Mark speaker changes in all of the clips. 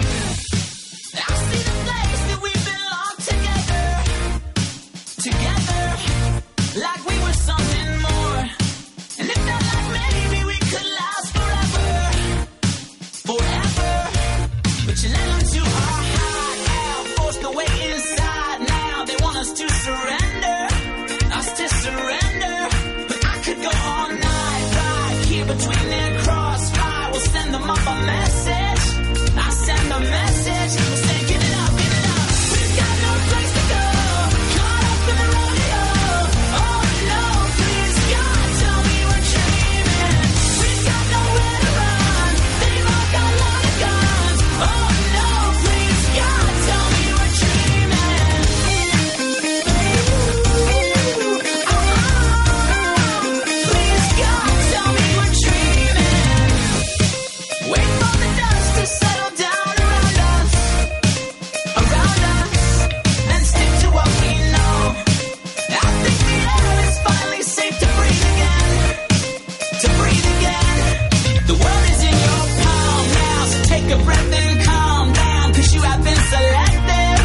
Speaker 1: I see the place that we belong together, together, like we were something more. And it felt like maybe we could last forever, forever. But you let them to our heart now, forced the way inside now. They want us to surrender, us to surrender. But I could go all night, right here between their crossfire. We'll send them up a message. I send a message. We'll say, give it up, give it up. We've got no place to go. Caught up in the rodeo. Oh no, please God, tell me we're dreaming. We've got nowhere to run. They've all got loaded guns. Oh no, please God, tell me we're dreaming. Please God, tell me we're dreaming. Wait for the dust to settle down around us, around us, and stick to what we know. I think the air is finally safe to breathe again, to breathe again. The world is in your palm now, so take a breath and calm down, 'cause you have been selected,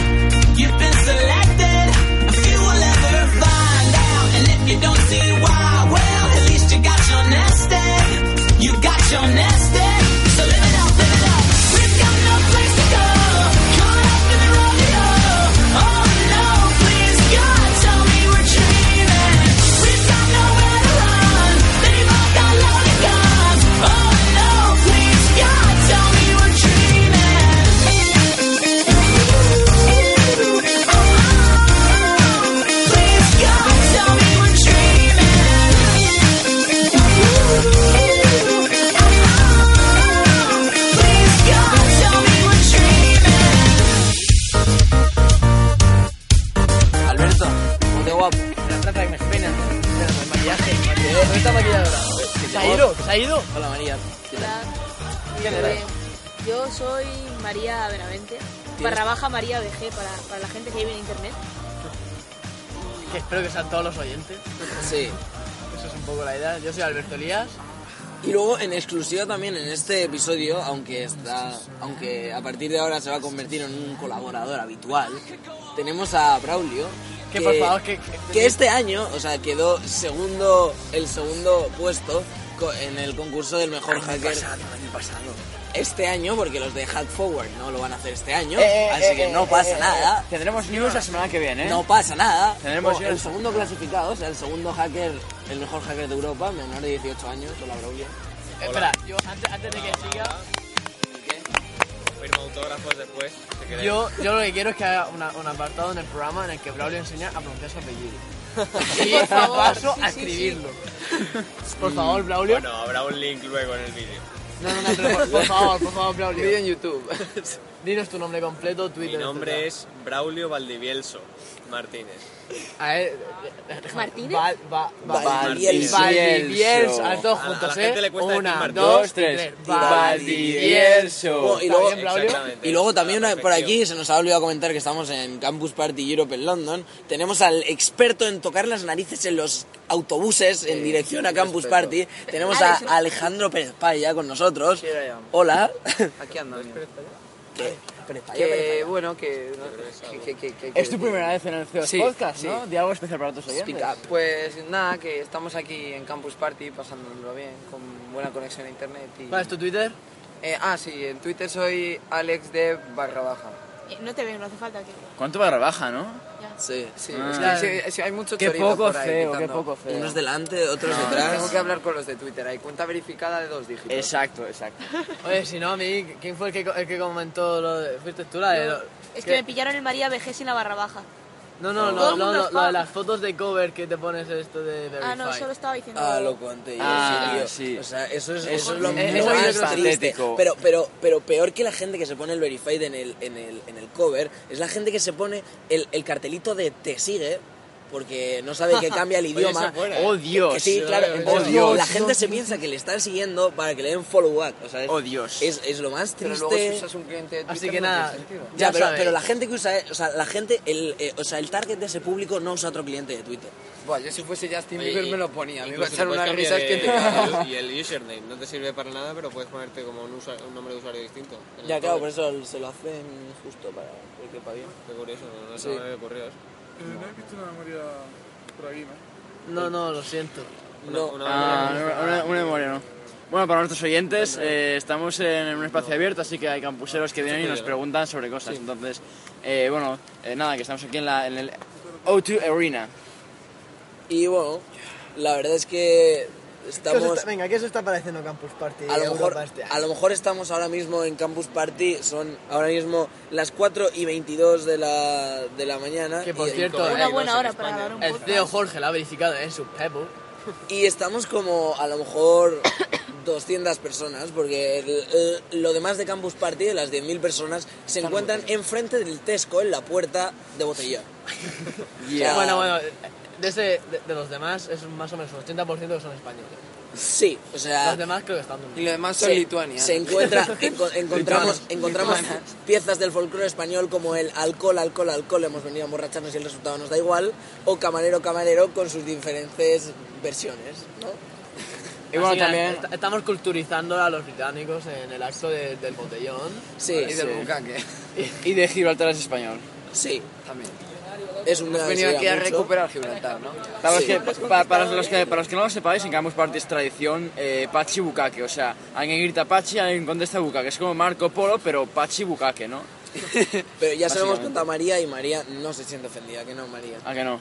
Speaker 1: you've been selected. A few will ever find out, and if you don't see why, well, at least you got your nest egg, you got your nest egg. So live it up, live it up. We've got no place to go. Caught up in the rodeo. Oh no, please God, tell me we're dreaming. We've got nowhere to run. They've all got loaded guns. Oh no, please God, tell me we're dreaming. Oh, Please God, tell me we're Oh, dreaming. Please God, tell me we're dreaming.
Speaker 2: Alberto, ponte guapo. La trata que me espena. El maquillaje. ¿Dónde está maquilladora? ¿Se ha ido? ¿Se ha ido? Hola María. ¿Qué tal? ¿Quién eres?
Speaker 3: Eh, Yo soy María Benavente, barra baja María BG para, para la gente que vive en internet.
Speaker 2: Que espero que sean todos los oyentes.
Speaker 4: Sí.
Speaker 2: Eso es un poco la idea. Yo soy Alberto Elías.
Speaker 4: Y luego en exclusiva también en este episodio, aunque está, aunque a partir de ahora se va a convertir en un colaborador habitual, tenemos a Braulio.
Speaker 2: Que, por favor, que-
Speaker 4: que este año, o sea, quedó segundo, el segundo puesto co- en el concurso del mejor hacker
Speaker 2: año pasado.
Speaker 4: este año, porque los de Hack Forward no lo van a hacer este año,
Speaker 2: Eh, eh,
Speaker 4: así
Speaker 2: eh,
Speaker 4: que
Speaker 2: eh,
Speaker 4: no
Speaker 2: eh,
Speaker 4: pasa
Speaker 2: eh,
Speaker 4: nada.
Speaker 2: Tendremos news la semana que viene, ¿eh?
Speaker 4: No pasa nada.
Speaker 2: Tendremos
Speaker 4: O
Speaker 2: ya-
Speaker 4: el segundo clasificado, o sea, el segundo hacker, el mejor hacker de Europa, menor de 18 años, hola Braulio.
Speaker 2: Espera, yo antes, antes de que siga,
Speaker 5: firma autógrafos después. si queréis.
Speaker 2: yo, yo lo que quiero es que haga una- un apartado en el programa en el que Braulio enseña a pronunciar su apellido. Y
Speaker 3: Por favor,
Speaker 2: paso
Speaker 3: sí,
Speaker 2: a
Speaker 3: sí,
Speaker 2: escribirlo. Por favor, Braulio.
Speaker 5: Bueno, habrá un link luego en el vídeo.
Speaker 2: No, no, no, pero por, por favor, por favor, Braulio. Vídeo en YouTube. Dinos tu nombre completo,
Speaker 5: Mi
Speaker 2: Twitter.
Speaker 5: nombre
Speaker 2: etcétera.
Speaker 5: es Braulio Valdivielso Martínez.
Speaker 2: A ver,
Speaker 3: ¿Martínez?
Speaker 2: Val, va, Val-
Speaker 4: Valdivielso.
Speaker 2: Valdivielso. A todos
Speaker 5: A la- a la
Speaker 2: juntos,
Speaker 5: gente
Speaker 2: ¿eh?
Speaker 5: le cuesta decir
Speaker 2: Una,
Speaker 5: Martín.
Speaker 2: dos, tres.
Speaker 4: Bueno, y
Speaker 2: ¿Está
Speaker 4: luego-
Speaker 2: bien, Braulio?
Speaker 5: Exactamente.
Speaker 4: Y luego también
Speaker 5: A la
Speaker 4: por
Speaker 5: perfección.
Speaker 4: aquí se nos ha olvidado comentar que estamos en Campus Party Europe en London. Tenemos al experto en tocar las narices en los autobuses en dirección a Campus Party. Tenemos a Alejandro Pérez Paya con nosotros.
Speaker 6: Sí, era yo.
Speaker 4: Hola.
Speaker 6: Aquí ando, amigo.
Speaker 4: ¿Qué? Pérez Paya, Pérez
Speaker 6: Que Eh, bueno, que, que, que, que- que-
Speaker 2: Es tu
Speaker 6: que-
Speaker 2: primera vez en el CEOs
Speaker 6: Sí,
Speaker 2: Podcast,
Speaker 6: sí.
Speaker 2: ¿no? Diálogo especial para tus
Speaker 6: Speak
Speaker 2: oyentes.
Speaker 6: up. Pues nada, que estamos aquí en Campus Party pasándolo bien, con buena conexión a internet. Y...
Speaker 2: ¿Cuál es tu Twitter?
Speaker 6: Eh, ah, sí, en Twitter soy alexdev barra baja.
Speaker 3: Eh, No te ven, no hace falta que.
Speaker 7: ¿Cuánto va rebaja, no?
Speaker 3: ya.
Speaker 4: Sí.
Speaker 6: Sí,
Speaker 7: Ah.
Speaker 6: es que hay- sí, sí, hay mucho
Speaker 2: Qué
Speaker 6: chorizo
Speaker 2: poco
Speaker 6: por ahí
Speaker 2: feo, qué
Speaker 6: quitando.
Speaker 2: poco feo.
Speaker 4: Unos delante, otros
Speaker 6: Tengo
Speaker 4: detrás.
Speaker 6: que hablar con los de Twitter, hay cuenta verificada de dos dígitos.
Speaker 7: Exacto, exacto.
Speaker 2: Oye, si no, a mí, ¿quién fue el que, co- el que comentó lo de... ¿Fuiste tú la de...? lo-
Speaker 3: Es que me pillaron el María VG sin la barra baja.
Speaker 2: No,
Speaker 3: Todo
Speaker 2: no, no,
Speaker 3: el
Speaker 2: no,
Speaker 3: mundo
Speaker 2: no,
Speaker 3: es
Speaker 2: lo de
Speaker 3: fan.
Speaker 2: las fotos de cover que te pones esto de Verify.
Speaker 3: Ah, no, solo estaba diciendo.
Speaker 4: Ah, lo conté yo,
Speaker 7: Ah,
Speaker 4: sí, tío.
Speaker 7: sí.
Speaker 4: O sea, eso es,
Speaker 7: Eso
Speaker 4: eso es
Speaker 7: es
Speaker 4: lo
Speaker 7: un-
Speaker 4: menos
Speaker 7: eso yo creo que es
Speaker 4: triste.
Speaker 7: patético.
Speaker 4: Pero, pero, pero peor que la gente que se pone el verified en el, en el, en el cover, es la gente que se pone el, el cartelito de te sigue porque no sabe que cambia el idioma.
Speaker 5: esa es buena,
Speaker 2: ¿eh?
Speaker 7: ¡Oh, Dios!
Speaker 4: Que sí, claro.
Speaker 5: Oh,
Speaker 4: entonces,
Speaker 7: Dios.
Speaker 4: la gente se piensa que le están siguiendo para que le den follow back. O sea, es,
Speaker 7: Oh, Dios.
Speaker 4: es, es lo más
Speaker 6: Pero
Speaker 4: triste.
Speaker 6: luego si usas un cliente de Twitter
Speaker 2: Así que
Speaker 6: no
Speaker 2: nada.
Speaker 6: tiene sentido.
Speaker 4: Ya,
Speaker 2: Ya
Speaker 4: pero,
Speaker 2: sabéis.
Speaker 4: pero la gente que usa, o sea, la gente, el, eh, o sea, el target de ese público no usa otro cliente de Twitter.
Speaker 6: Buah, yo si fuese Justin
Speaker 5: Oye,
Speaker 6: Bieber
Speaker 5: y-
Speaker 6: me lo ponía, me iba a
Speaker 5: incluso
Speaker 6: echar
Speaker 5: puedes
Speaker 6: unas
Speaker 5: cambiar
Speaker 6: risas que te
Speaker 5: el- Y el username no te sirve para nada, pero puedes ponerte como un, usa- un nombre de usuario distinto. en el
Speaker 4: Ya, claro, por
Speaker 6: pues,
Speaker 5: cover.
Speaker 4: eso se lo hacen justo para que paguen.
Speaker 5: Qué curioso, no, no se
Speaker 4: Sí.
Speaker 5: me había ocurrido eso.
Speaker 8: no he visto una memoria por aquí, ¿no?
Speaker 2: No, no, lo siento.
Speaker 4: No,
Speaker 5: Una-
Speaker 7: Ah,
Speaker 5: una-
Speaker 7: una, una- una memoria, ¿no? Bueno, para nuestros oyentes, eh, estamos en un espacio abierto, así que hay campuseros que vienen y nos preguntan sobre cosas. Entonces, eh, bueno, eh, nada, que estamos aquí en, la, en el O2 Arena.
Speaker 4: Y bueno, la verdad es que
Speaker 2: ¿Qué os
Speaker 4: estamos.
Speaker 2: está- venga, ¿qué os está pareciendo Campus Party
Speaker 4: A lo, mejor,
Speaker 2: Europa este año?
Speaker 4: a lo mejor estamos ahora mismo en Campus Party, son ahora mismo las 4 y 22 de la, de la mañana.
Speaker 2: Que por
Speaker 4: y,
Speaker 2: cierto,
Speaker 3: Una
Speaker 2: eh,
Speaker 3: buena
Speaker 5: en
Speaker 3: hora
Speaker 5: España.
Speaker 3: para grabar un
Speaker 2: el
Speaker 3: podcast.
Speaker 2: CEO Jorge la ha verificado en su Pebble.
Speaker 4: y estamos como a lo mejor 200 personas, porque el- el- lo demás de Campus Party, de las 10.000 personas, se encuentran enfrente del Tesco, en la puerta de botella. Ya.
Speaker 2: Bueno, bueno, de, ese- de, de los demás es más o menos un 80% que son españoles.
Speaker 4: Sí, o sea,
Speaker 2: Los demás creo que están
Speaker 6: Y lo demás son
Speaker 4: se,
Speaker 6: lituanianos.
Speaker 4: se encuentra, enco- encontramos,
Speaker 6: Lituanos.
Speaker 4: encontramos
Speaker 6: Lituanas.
Speaker 4: piezas del folclore español como el alcohol, alcohol, alcohol, hemos venido a emborracharnos y el resultado nos da igual, o camarero, camarero con sus diferentes versiones, ¿no?
Speaker 7: Y bueno,
Speaker 2: Así que
Speaker 7: también...
Speaker 2: est- estamos culturizando a los británicos en el acto de- del botellón.
Speaker 4: Sí,
Speaker 6: Y del bucaque,
Speaker 7: Y de Gibraltar es español.
Speaker 4: sí,
Speaker 6: también.
Speaker 4: es un gran
Speaker 6: Has venido
Speaker 4: sí,
Speaker 6: aquí a
Speaker 4: mucho.
Speaker 6: recuperar Gibraltar, ¿no?
Speaker 7: Para los,
Speaker 4: Sí.
Speaker 7: que, pa- para los que, para los que no lo sepáis, en Campus Party es tradición eh, Pachi Bukake. O sea, alguien grita Pachi, alguien contesta Bukake. Es como Marco Polo, pero Pachi Bukake, ¿no?
Speaker 4: Pero ya se lo hemos
Speaker 7: Básicamente.
Speaker 4: contado a María y María no se siente ofendida, que no, María.
Speaker 7: ¿A que no?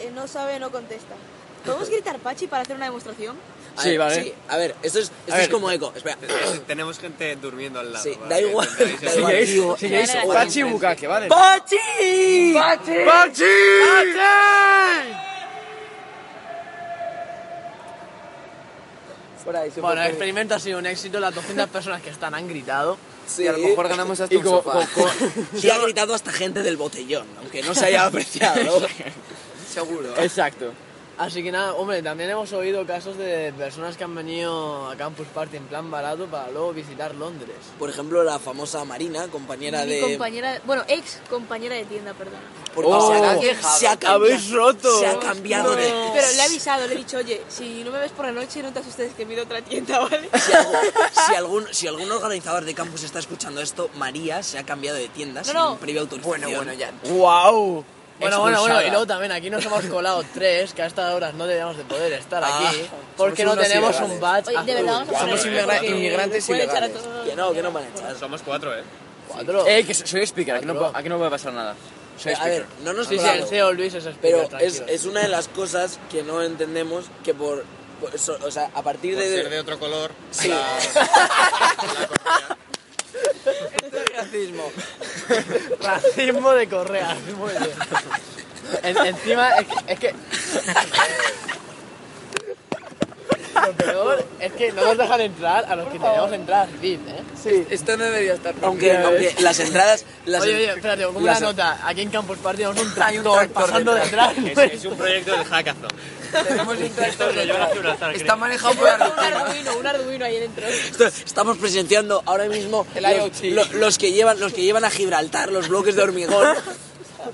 Speaker 3: Eh, no sabe, no contesta. ¿Podemos gritar Pachi para hacer una demostración?
Speaker 4: A
Speaker 7: Sí,
Speaker 4: ver,
Speaker 7: vale.
Speaker 4: a ver, esto es, esto
Speaker 7: ver.
Speaker 4: es como eco, espera.
Speaker 5: Eh, Tenemos gente durmiendo al lado.
Speaker 4: Sí,
Speaker 5: para
Speaker 4: da
Speaker 5: que
Speaker 4: igual,
Speaker 5: entendáis
Speaker 4: da
Speaker 5: eso.
Speaker 4: igual.
Speaker 7: Sigues,
Speaker 4: tío.
Speaker 7: sigues,
Speaker 3: Claro,
Speaker 7: Pachi Bukake, ¿vale?
Speaker 4: ¡Pachi!
Speaker 7: ¡Pachi!
Speaker 4: Por ahí,
Speaker 2: Bueno, el experimento ha sido un éxito, las 200 personas que están han gritado.
Speaker 4: sí.
Speaker 6: Y a lo mejor ganamos hasta
Speaker 7: Y
Speaker 6: un
Speaker 7: como,
Speaker 6: sofá.
Speaker 7: como- como-
Speaker 4: Y ha gritado hasta gente del botellón, aunque no se haya apreciado.
Speaker 6: Seguro.
Speaker 7: Exacto.
Speaker 2: Así que nada, hombre, también hemos oído casos de personas que han venido a Campus Party en plan barato para luego visitar Londres.
Speaker 4: Por ejemplo, la famosa Marina, compañera
Speaker 3: Mi
Speaker 4: de...
Speaker 3: compañera, bueno, ex compañera de tienda, perdón.
Speaker 4: Porque
Speaker 7: Oh,
Speaker 4: se, ha,
Speaker 6: qué jabón.
Speaker 4: se ha cambiado,
Speaker 7: Habéis roto.
Speaker 4: Se ha cambiado de...
Speaker 3: Pero le he avisado, le he dicho, oye, si no me ves por la noche, no te asustes que miro otra tienda, ¿vale?
Speaker 4: Si, algo- si algún, si algún organizador de campus está escuchando esto, María se ha cambiado de tienda sin
Speaker 3: no.
Speaker 4: previa autorización.
Speaker 6: Bueno, bueno, ya.
Speaker 7: ¡Wow!
Speaker 2: Bueno, bueno, bueno, y luego también aquí nos hemos colado tres, que a estas horas no deberíamos de poder estar aquí, porque no
Speaker 6: somos unos
Speaker 2: tenemos un
Speaker 6: ilegales.
Speaker 2: badge
Speaker 3: Oye, de verdad, vamos
Speaker 2: azul.
Speaker 3: a
Speaker 6: Somos
Speaker 3: poner-
Speaker 6: inmigra-
Speaker 3: porque
Speaker 6: inmigrantes
Speaker 3: pueden echar a
Speaker 6: ilegales.
Speaker 3: todos.
Speaker 4: Que no, que no me han echado.
Speaker 5: Somos cuatro, ¿eh?
Speaker 2: Cuatro.
Speaker 7: Eh, que soy speaker, aquí no,
Speaker 2: Cuatro.
Speaker 7: puedo- aquí no puede pasar nada. Soy
Speaker 4: A
Speaker 7: speaker.
Speaker 4: ver, no nos
Speaker 2: Sí, sí, el
Speaker 4: colamos.
Speaker 2: CEO Luis es speaker,
Speaker 4: Pero es,
Speaker 2: tranquilo.
Speaker 4: es una de las cosas que no entendemos que por... por eso- o sea, a partir
Speaker 5: Por
Speaker 4: de...
Speaker 5: ser de otro color.
Speaker 4: Sí.
Speaker 5: la-
Speaker 2: Racismo de Correa, muy bien. En- encima, es que, es que- Lo peor es que no nos dejan entrar a los que tenemos entradas VIP, ¿eh?
Speaker 6: Esto no debería estar
Speaker 4: Aunque, aunque las entradas... Las
Speaker 2: Oye, oye, espérate, como
Speaker 4: las-
Speaker 2: una nota. Aquí en Campus Party tenemos un
Speaker 6: Hay un
Speaker 2: tractor,
Speaker 6: tractor
Speaker 2: pasando detrás.
Speaker 5: Es, es un proyecto de hackathon.
Speaker 6: Tenemos un tractor
Speaker 5: Lo llevan a Gibraltar,
Speaker 6: Está
Speaker 5: creo.
Speaker 6: manejado por
Speaker 3: Un
Speaker 6: Argentina.
Speaker 3: arduino, un arduino ahí dentro.
Speaker 4: Esto- Estamos presenciando ahora mismo
Speaker 6: El
Speaker 4: los,
Speaker 6: IoT.
Speaker 4: lo- los que llevan, los que llevan a Gibraltar, los bloques de hormigón.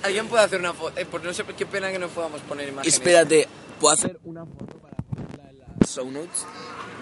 Speaker 6: Alguien puede hacer una foto. Eh, pues no sé qué pena que no podamos poner imágenes.
Speaker 4: Espérate, ¿puedo hacer una foto para ponerla en la- show notes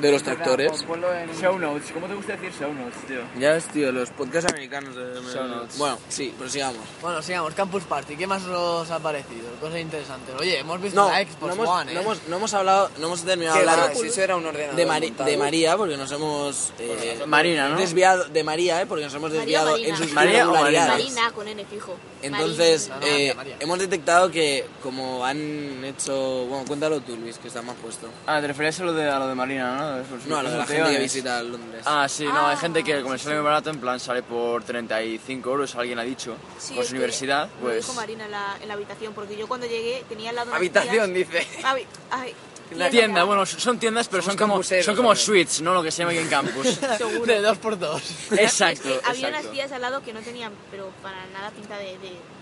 Speaker 4: de los tractores.
Speaker 6: Ponlo en-
Speaker 7: Show notes. ¿Cómo te gusta decir show notes, tío?
Speaker 4: Ya ves, tío, los podcasts americanos. eh, me-
Speaker 7: Show notes.
Speaker 4: Bueno, sí, prosigamos.
Speaker 2: Bueno, sigamos, Campus Party, ¿qué más os ha parecido? Cosas interesantes. Oye, hemos visto
Speaker 4: No,
Speaker 2: la
Speaker 4: no
Speaker 2: Xbox
Speaker 4: hemos,
Speaker 2: One, ¿eh?
Speaker 4: no, hemos, no hemos hablado, no hemos terminado de
Speaker 6: Qué
Speaker 4: hablar
Speaker 6: va, si eso era un ordenador.
Speaker 4: de, Mari-
Speaker 6: montado.
Speaker 4: de María, porque nos hemos eh,
Speaker 7: Marina, ¿no?
Speaker 4: desviado de María, eh, porque nos hemos
Speaker 3: María
Speaker 4: desviado
Speaker 3: Marina.
Speaker 4: en sus
Speaker 7: María o
Speaker 4: irregularidades.
Speaker 3: Marina con N fijo.
Speaker 4: Entonces,
Speaker 3: Marina.
Speaker 4: eh,
Speaker 2: María, María.
Speaker 4: hemos detectado que como han hecho... Bueno, cuéntalo tú, Luis, que está más puesto.
Speaker 7: Ah, te referías a lo de, a lo de Marina, ¿no? De sus-
Speaker 4: No, a lo de la
Speaker 7: sus
Speaker 4: gente que
Speaker 7: peones.
Speaker 4: visita Londres.
Speaker 7: Ah, sí, no, hay gente que como le sale muy barato, en plan sale por 35 euros, alguien ha dicho,
Speaker 3: Sí,
Speaker 7: por
Speaker 3: es
Speaker 7: su
Speaker 3: que
Speaker 7: universidad,
Speaker 3: me
Speaker 7: pues...
Speaker 3: dijo Marina en la, en la habitación, porque yo cuando llegué tenía al lado unas
Speaker 6: Habitación,
Speaker 3: tías-
Speaker 6: dice.
Speaker 3: Habi- ay,
Speaker 7: La
Speaker 3: y
Speaker 7: tienda,
Speaker 3: era-
Speaker 7: bueno, son tiendas, pero son
Speaker 6: Somos
Speaker 7: como,
Speaker 6: campuseros,
Speaker 7: son como
Speaker 6: hombre.
Speaker 7: suites, ¿no? Lo que se llama aquí en campus.
Speaker 2: De dos por dos.
Speaker 3: Es que
Speaker 7: exacto,
Speaker 3: había unas
Speaker 7: exacto.
Speaker 3: tías al lado que no tenían, pero para nada pinta de, de-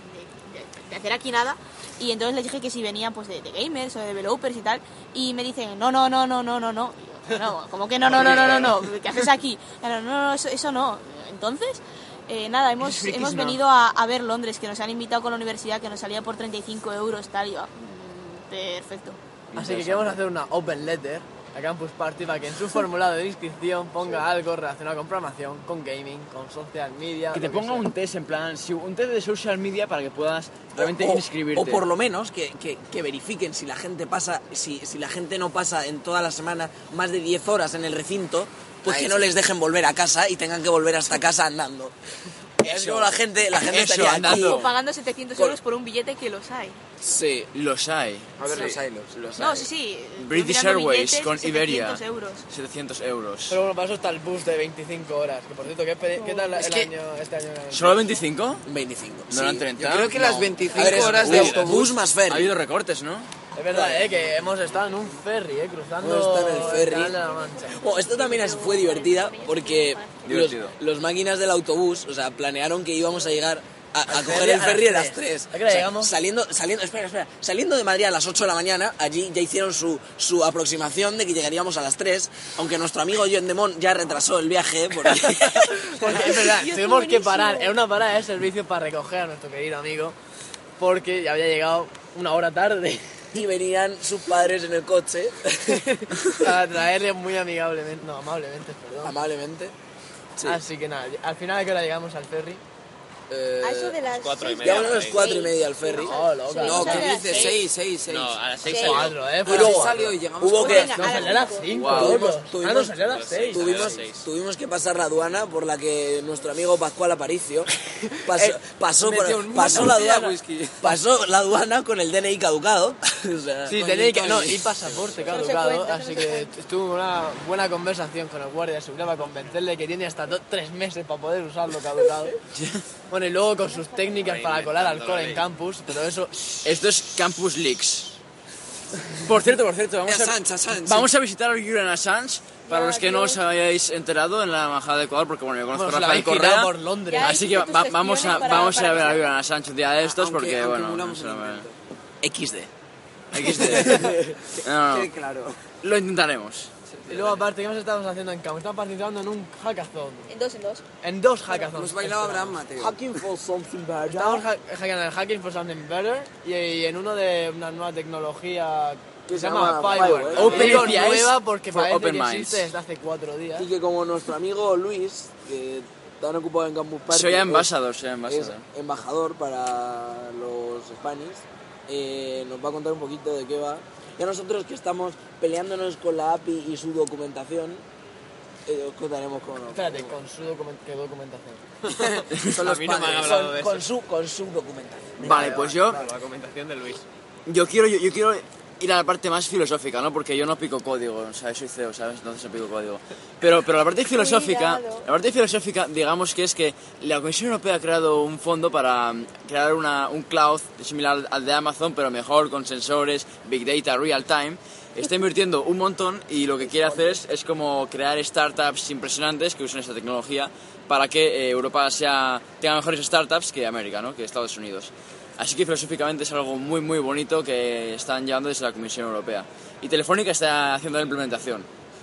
Speaker 3: de- de hacer aquí nada. Y entonces les dije que si venían pues de, de gamers o de developers y tal. Y me dicen, no, no, no, no, no, no, no. Y yo, No, como que no, no, no, no, no, no. ¿Qué haces aquí? Y yo, No, no, no, eso, eso no. Entonces, eh, nada, hemos, hemos venido a, a ver Londres, que nos han invitado con la universidad, que nos salía por 35 euros, tal. Y yo, "Mm, perfecto.
Speaker 2: Así que queremos hacer una open letter a Campus Party para que en su formulado de inscripción ponga algo relacionado con programación, con gaming, con social media.
Speaker 7: Que te
Speaker 2: lo que
Speaker 7: ponga
Speaker 2: sea.
Speaker 7: un test, en plan, sí, un test de social media para que puedas realmente
Speaker 4: o,
Speaker 7: inscribirte.
Speaker 4: o por lo menos que, que- que verifiquen si la gente pasa, si, si la gente no pasa en toda la semana más de 10 horas en el recinto, pues
Speaker 6: Ahí
Speaker 4: que
Speaker 6: sí.
Speaker 4: no les dejen volver a casa y tengan que volver hasta casa andando. Es como la gente, la gente
Speaker 7: Eso,
Speaker 4: estaría aquí.
Speaker 7: andando.
Speaker 3: O pagando 700
Speaker 4: Con-
Speaker 3: euros por un billete que los hay.
Speaker 4: Sí.
Speaker 7: Los hay.
Speaker 6: A ver los hilos. Los
Speaker 3: No,
Speaker 6: hay.
Speaker 3: sí, sí. estoy
Speaker 7: British
Speaker 3: mirando
Speaker 7: Airways
Speaker 3: billetes,
Speaker 7: con
Speaker 3: 700
Speaker 7: Iberia.
Speaker 3: euros.
Speaker 7: 700 euros.
Speaker 2: Pero bueno, para eso está el bus de 25 horas. Que por cierto, ¿qué, pe- qué tal
Speaker 6: Es
Speaker 2: el
Speaker 6: que-
Speaker 2: año, este año?
Speaker 7: ¿Solo 25?
Speaker 4: 25.
Speaker 7: ¿No eran 30?
Speaker 6: Yo creo que las 25
Speaker 4: A ver, es
Speaker 6: horas
Speaker 4: bus,
Speaker 6: de
Speaker 7: Uy,
Speaker 6: autobús.
Speaker 4: bus más ferry.
Speaker 7: Ha habido recortes, ¿no?
Speaker 2: Es verdad, eh, que hemos estado en un ferry, eh, cruzando
Speaker 4: Hemos estado en el ferry.
Speaker 2: Canal de la Mancha.
Speaker 4: Bueno, esto también es- fue divertida porque los,
Speaker 7: Divertido.
Speaker 4: los máquinas del autobús, o sea, planearon que íbamos a llegar a, a coger el ferry a las 3.
Speaker 2: ¿A qué hora llegamos?
Speaker 4: saliendo, saliendo, espera, espera, saliendo de Madrid a las 8 de la mañana, allí ya hicieron su, su aproximación de que llegaríamos a las 3, aunque nuestro amigo John Demon ya retrasó el viaje porque,
Speaker 2: Porque es verdad, tuvimos que parar en una parada de servicio para recoger a nuestro querido amigo porque ya había llegado una hora tarde
Speaker 4: y venían sus padres en el coche,
Speaker 2: para traerle muy amigablemente, no, amablemente, perdón.
Speaker 4: amablemente. Sí.
Speaker 2: Así que nada, al final de que hora llegamos al ferry.
Speaker 4: Eh,
Speaker 9: A eso de las
Speaker 5: cuatro y
Speaker 9: seis de
Speaker 5: media,
Speaker 9: la
Speaker 4: Llegamos a las
Speaker 9: tarde.
Speaker 4: 4 y media al ferry.
Speaker 2: No, Oh, loca.
Speaker 4: No,
Speaker 9: Eso
Speaker 4: ¿qué
Speaker 9: de las
Speaker 4: dices?
Speaker 9: seis.
Speaker 4: 6, 6, 6.
Speaker 5: No, a las 6
Speaker 9: Sí.
Speaker 5: salió.
Speaker 2: Cuatro, eh,
Speaker 4: Y
Speaker 2: para-
Speaker 4: luego-
Speaker 6: salió y llegamos
Speaker 4: hubo que,
Speaker 9: Venga,
Speaker 2: No,
Speaker 9: a las
Speaker 2: salió a las
Speaker 9: cinco.
Speaker 2: 5.
Speaker 7: Wow.
Speaker 4: Tuvimos-
Speaker 2: Ah, no,
Speaker 4: tuvimos-
Speaker 2: salió a las
Speaker 5: Las
Speaker 2: 6.
Speaker 5: seis.
Speaker 4: Tuvimos,
Speaker 5: seis.
Speaker 4: tuvimos que pasar la aduana por la que nuestro amigo Pascual Aparicio
Speaker 7: Eh,
Speaker 4: pasó, pasó, por-
Speaker 6: metió un
Speaker 4: pasó
Speaker 6: montón
Speaker 4: la
Speaker 6: de
Speaker 4: aduana,
Speaker 6: whisky.
Speaker 4: pasó la aduana con el DNI caducado. O sea,
Speaker 2: Sí,
Speaker 4: con
Speaker 2: tenéis
Speaker 4: el
Speaker 2: que. No,
Speaker 4: DNI.
Speaker 2: y pasaporte
Speaker 9: se
Speaker 2: caducado.
Speaker 9: cuenta,
Speaker 2: Así
Speaker 9: no se
Speaker 2: que tuve una buena conversación con el guardia de seguridad para convencerle que tiene hasta do- tres meses para poder usarlo caducado. Bueno, y luego con sus técnicas para colar alcohol en campus, pero eso.
Speaker 7: Esto es Campus Leaks. Por cierto, por cierto, vamos a,
Speaker 4: Assange, Assange.
Speaker 7: vamos a visitar a Julian Assange. Para los que no os hayáis enterado en la embajada de Ecuador, porque bueno, yo conozco
Speaker 2: Bueno, se
Speaker 7: a
Speaker 2: la
Speaker 7: Rafael
Speaker 2: habéis quitado
Speaker 7: Correa.
Speaker 2: por Londres.
Speaker 9: Ya
Speaker 7: Así que
Speaker 9: hiciste tus
Speaker 7: va- vamos, a,
Speaker 9: gestiones para-
Speaker 7: vamos a
Speaker 9: para
Speaker 7: ver a
Speaker 9: que
Speaker 7: Julian Assange un día de estos,
Speaker 4: Aunque-
Speaker 7: porque
Speaker 4: aunque
Speaker 7: bueno.
Speaker 4: muramos
Speaker 7: no se
Speaker 4: en
Speaker 7: lo-
Speaker 4: el momento. XD.
Speaker 7: XD. No, no,
Speaker 6: Sí, claro.
Speaker 7: Lo intentaremos.
Speaker 2: Y luego, aparte, ¿qué más estábamos haciendo en campus? Estábamos participando en un hackathon.
Speaker 9: En dos, en dos.
Speaker 2: En dos hackathons.
Speaker 6: Nos bailaba Abraham Mateo.
Speaker 4: Hacking for something better.
Speaker 2: Estábamos ha- hackeando el hacking for something better y, y en uno de una nueva tecnología que se, llama Firewall.
Speaker 7: Open
Speaker 2: Digo
Speaker 7: APIs
Speaker 2: nueva porque
Speaker 7: for
Speaker 2: parece
Speaker 7: open
Speaker 2: que
Speaker 7: minds.
Speaker 2: existe desde hace cuatro días.
Speaker 4: Y que como nuestro amigo Luis, que tan ocupado en Campus Party,
Speaker 7: Soy
Speaker 4: es-
Speaker 7: ambasador, soy
Speaker 4: es
Speaker 7: ambasador.
Speaker 4: embajador para los Spanish, eh, nos va a contar un poquito de qué va. Ya nosotros que estamos peleándonos con la API y su documentación, eh, os contaremos cómo.
Speaker 2: Espérate, con su document qué documentación.
Speaker 4: Son los
Speaker 5: A mí no me han
Speaker 4: padres,
Speaker 5: hablado
Speaker 4: con-
Speaker 5: de
Speaker 4: con su, con su documentación.
Speaker 7: Vale, pues yo
Speaker 5: La comentación de Luis.
Speaker 7: Yo quiero, yo, yo quiero ir a la parte más filosófica, ¿no? Porque yo no pico código, o sea, soy CEO, ¿sabes? Entonces no pico código. Pero, pero la parte filosófica,
Speaker 9: Cuidado.
Speaker 7: la parte filosófica, digamos que es que la Comisión Europea ha creado un fondo para mm, crear una, un cloud similar al de Amazon, pero mejor, con sensores, big data, real time. Está invirtiendo un montón y lo que quiere hacer es, es como crear startups impresionantes que usen esta tecnología para que eh, Europa sea, tenga mejores startups que América, ¿no? que Estados Unidos. Así que filosóficamente es algo muy muy bonito que están llevando desde la Comisión Europea. Y Telefónica está haciendo la implementación.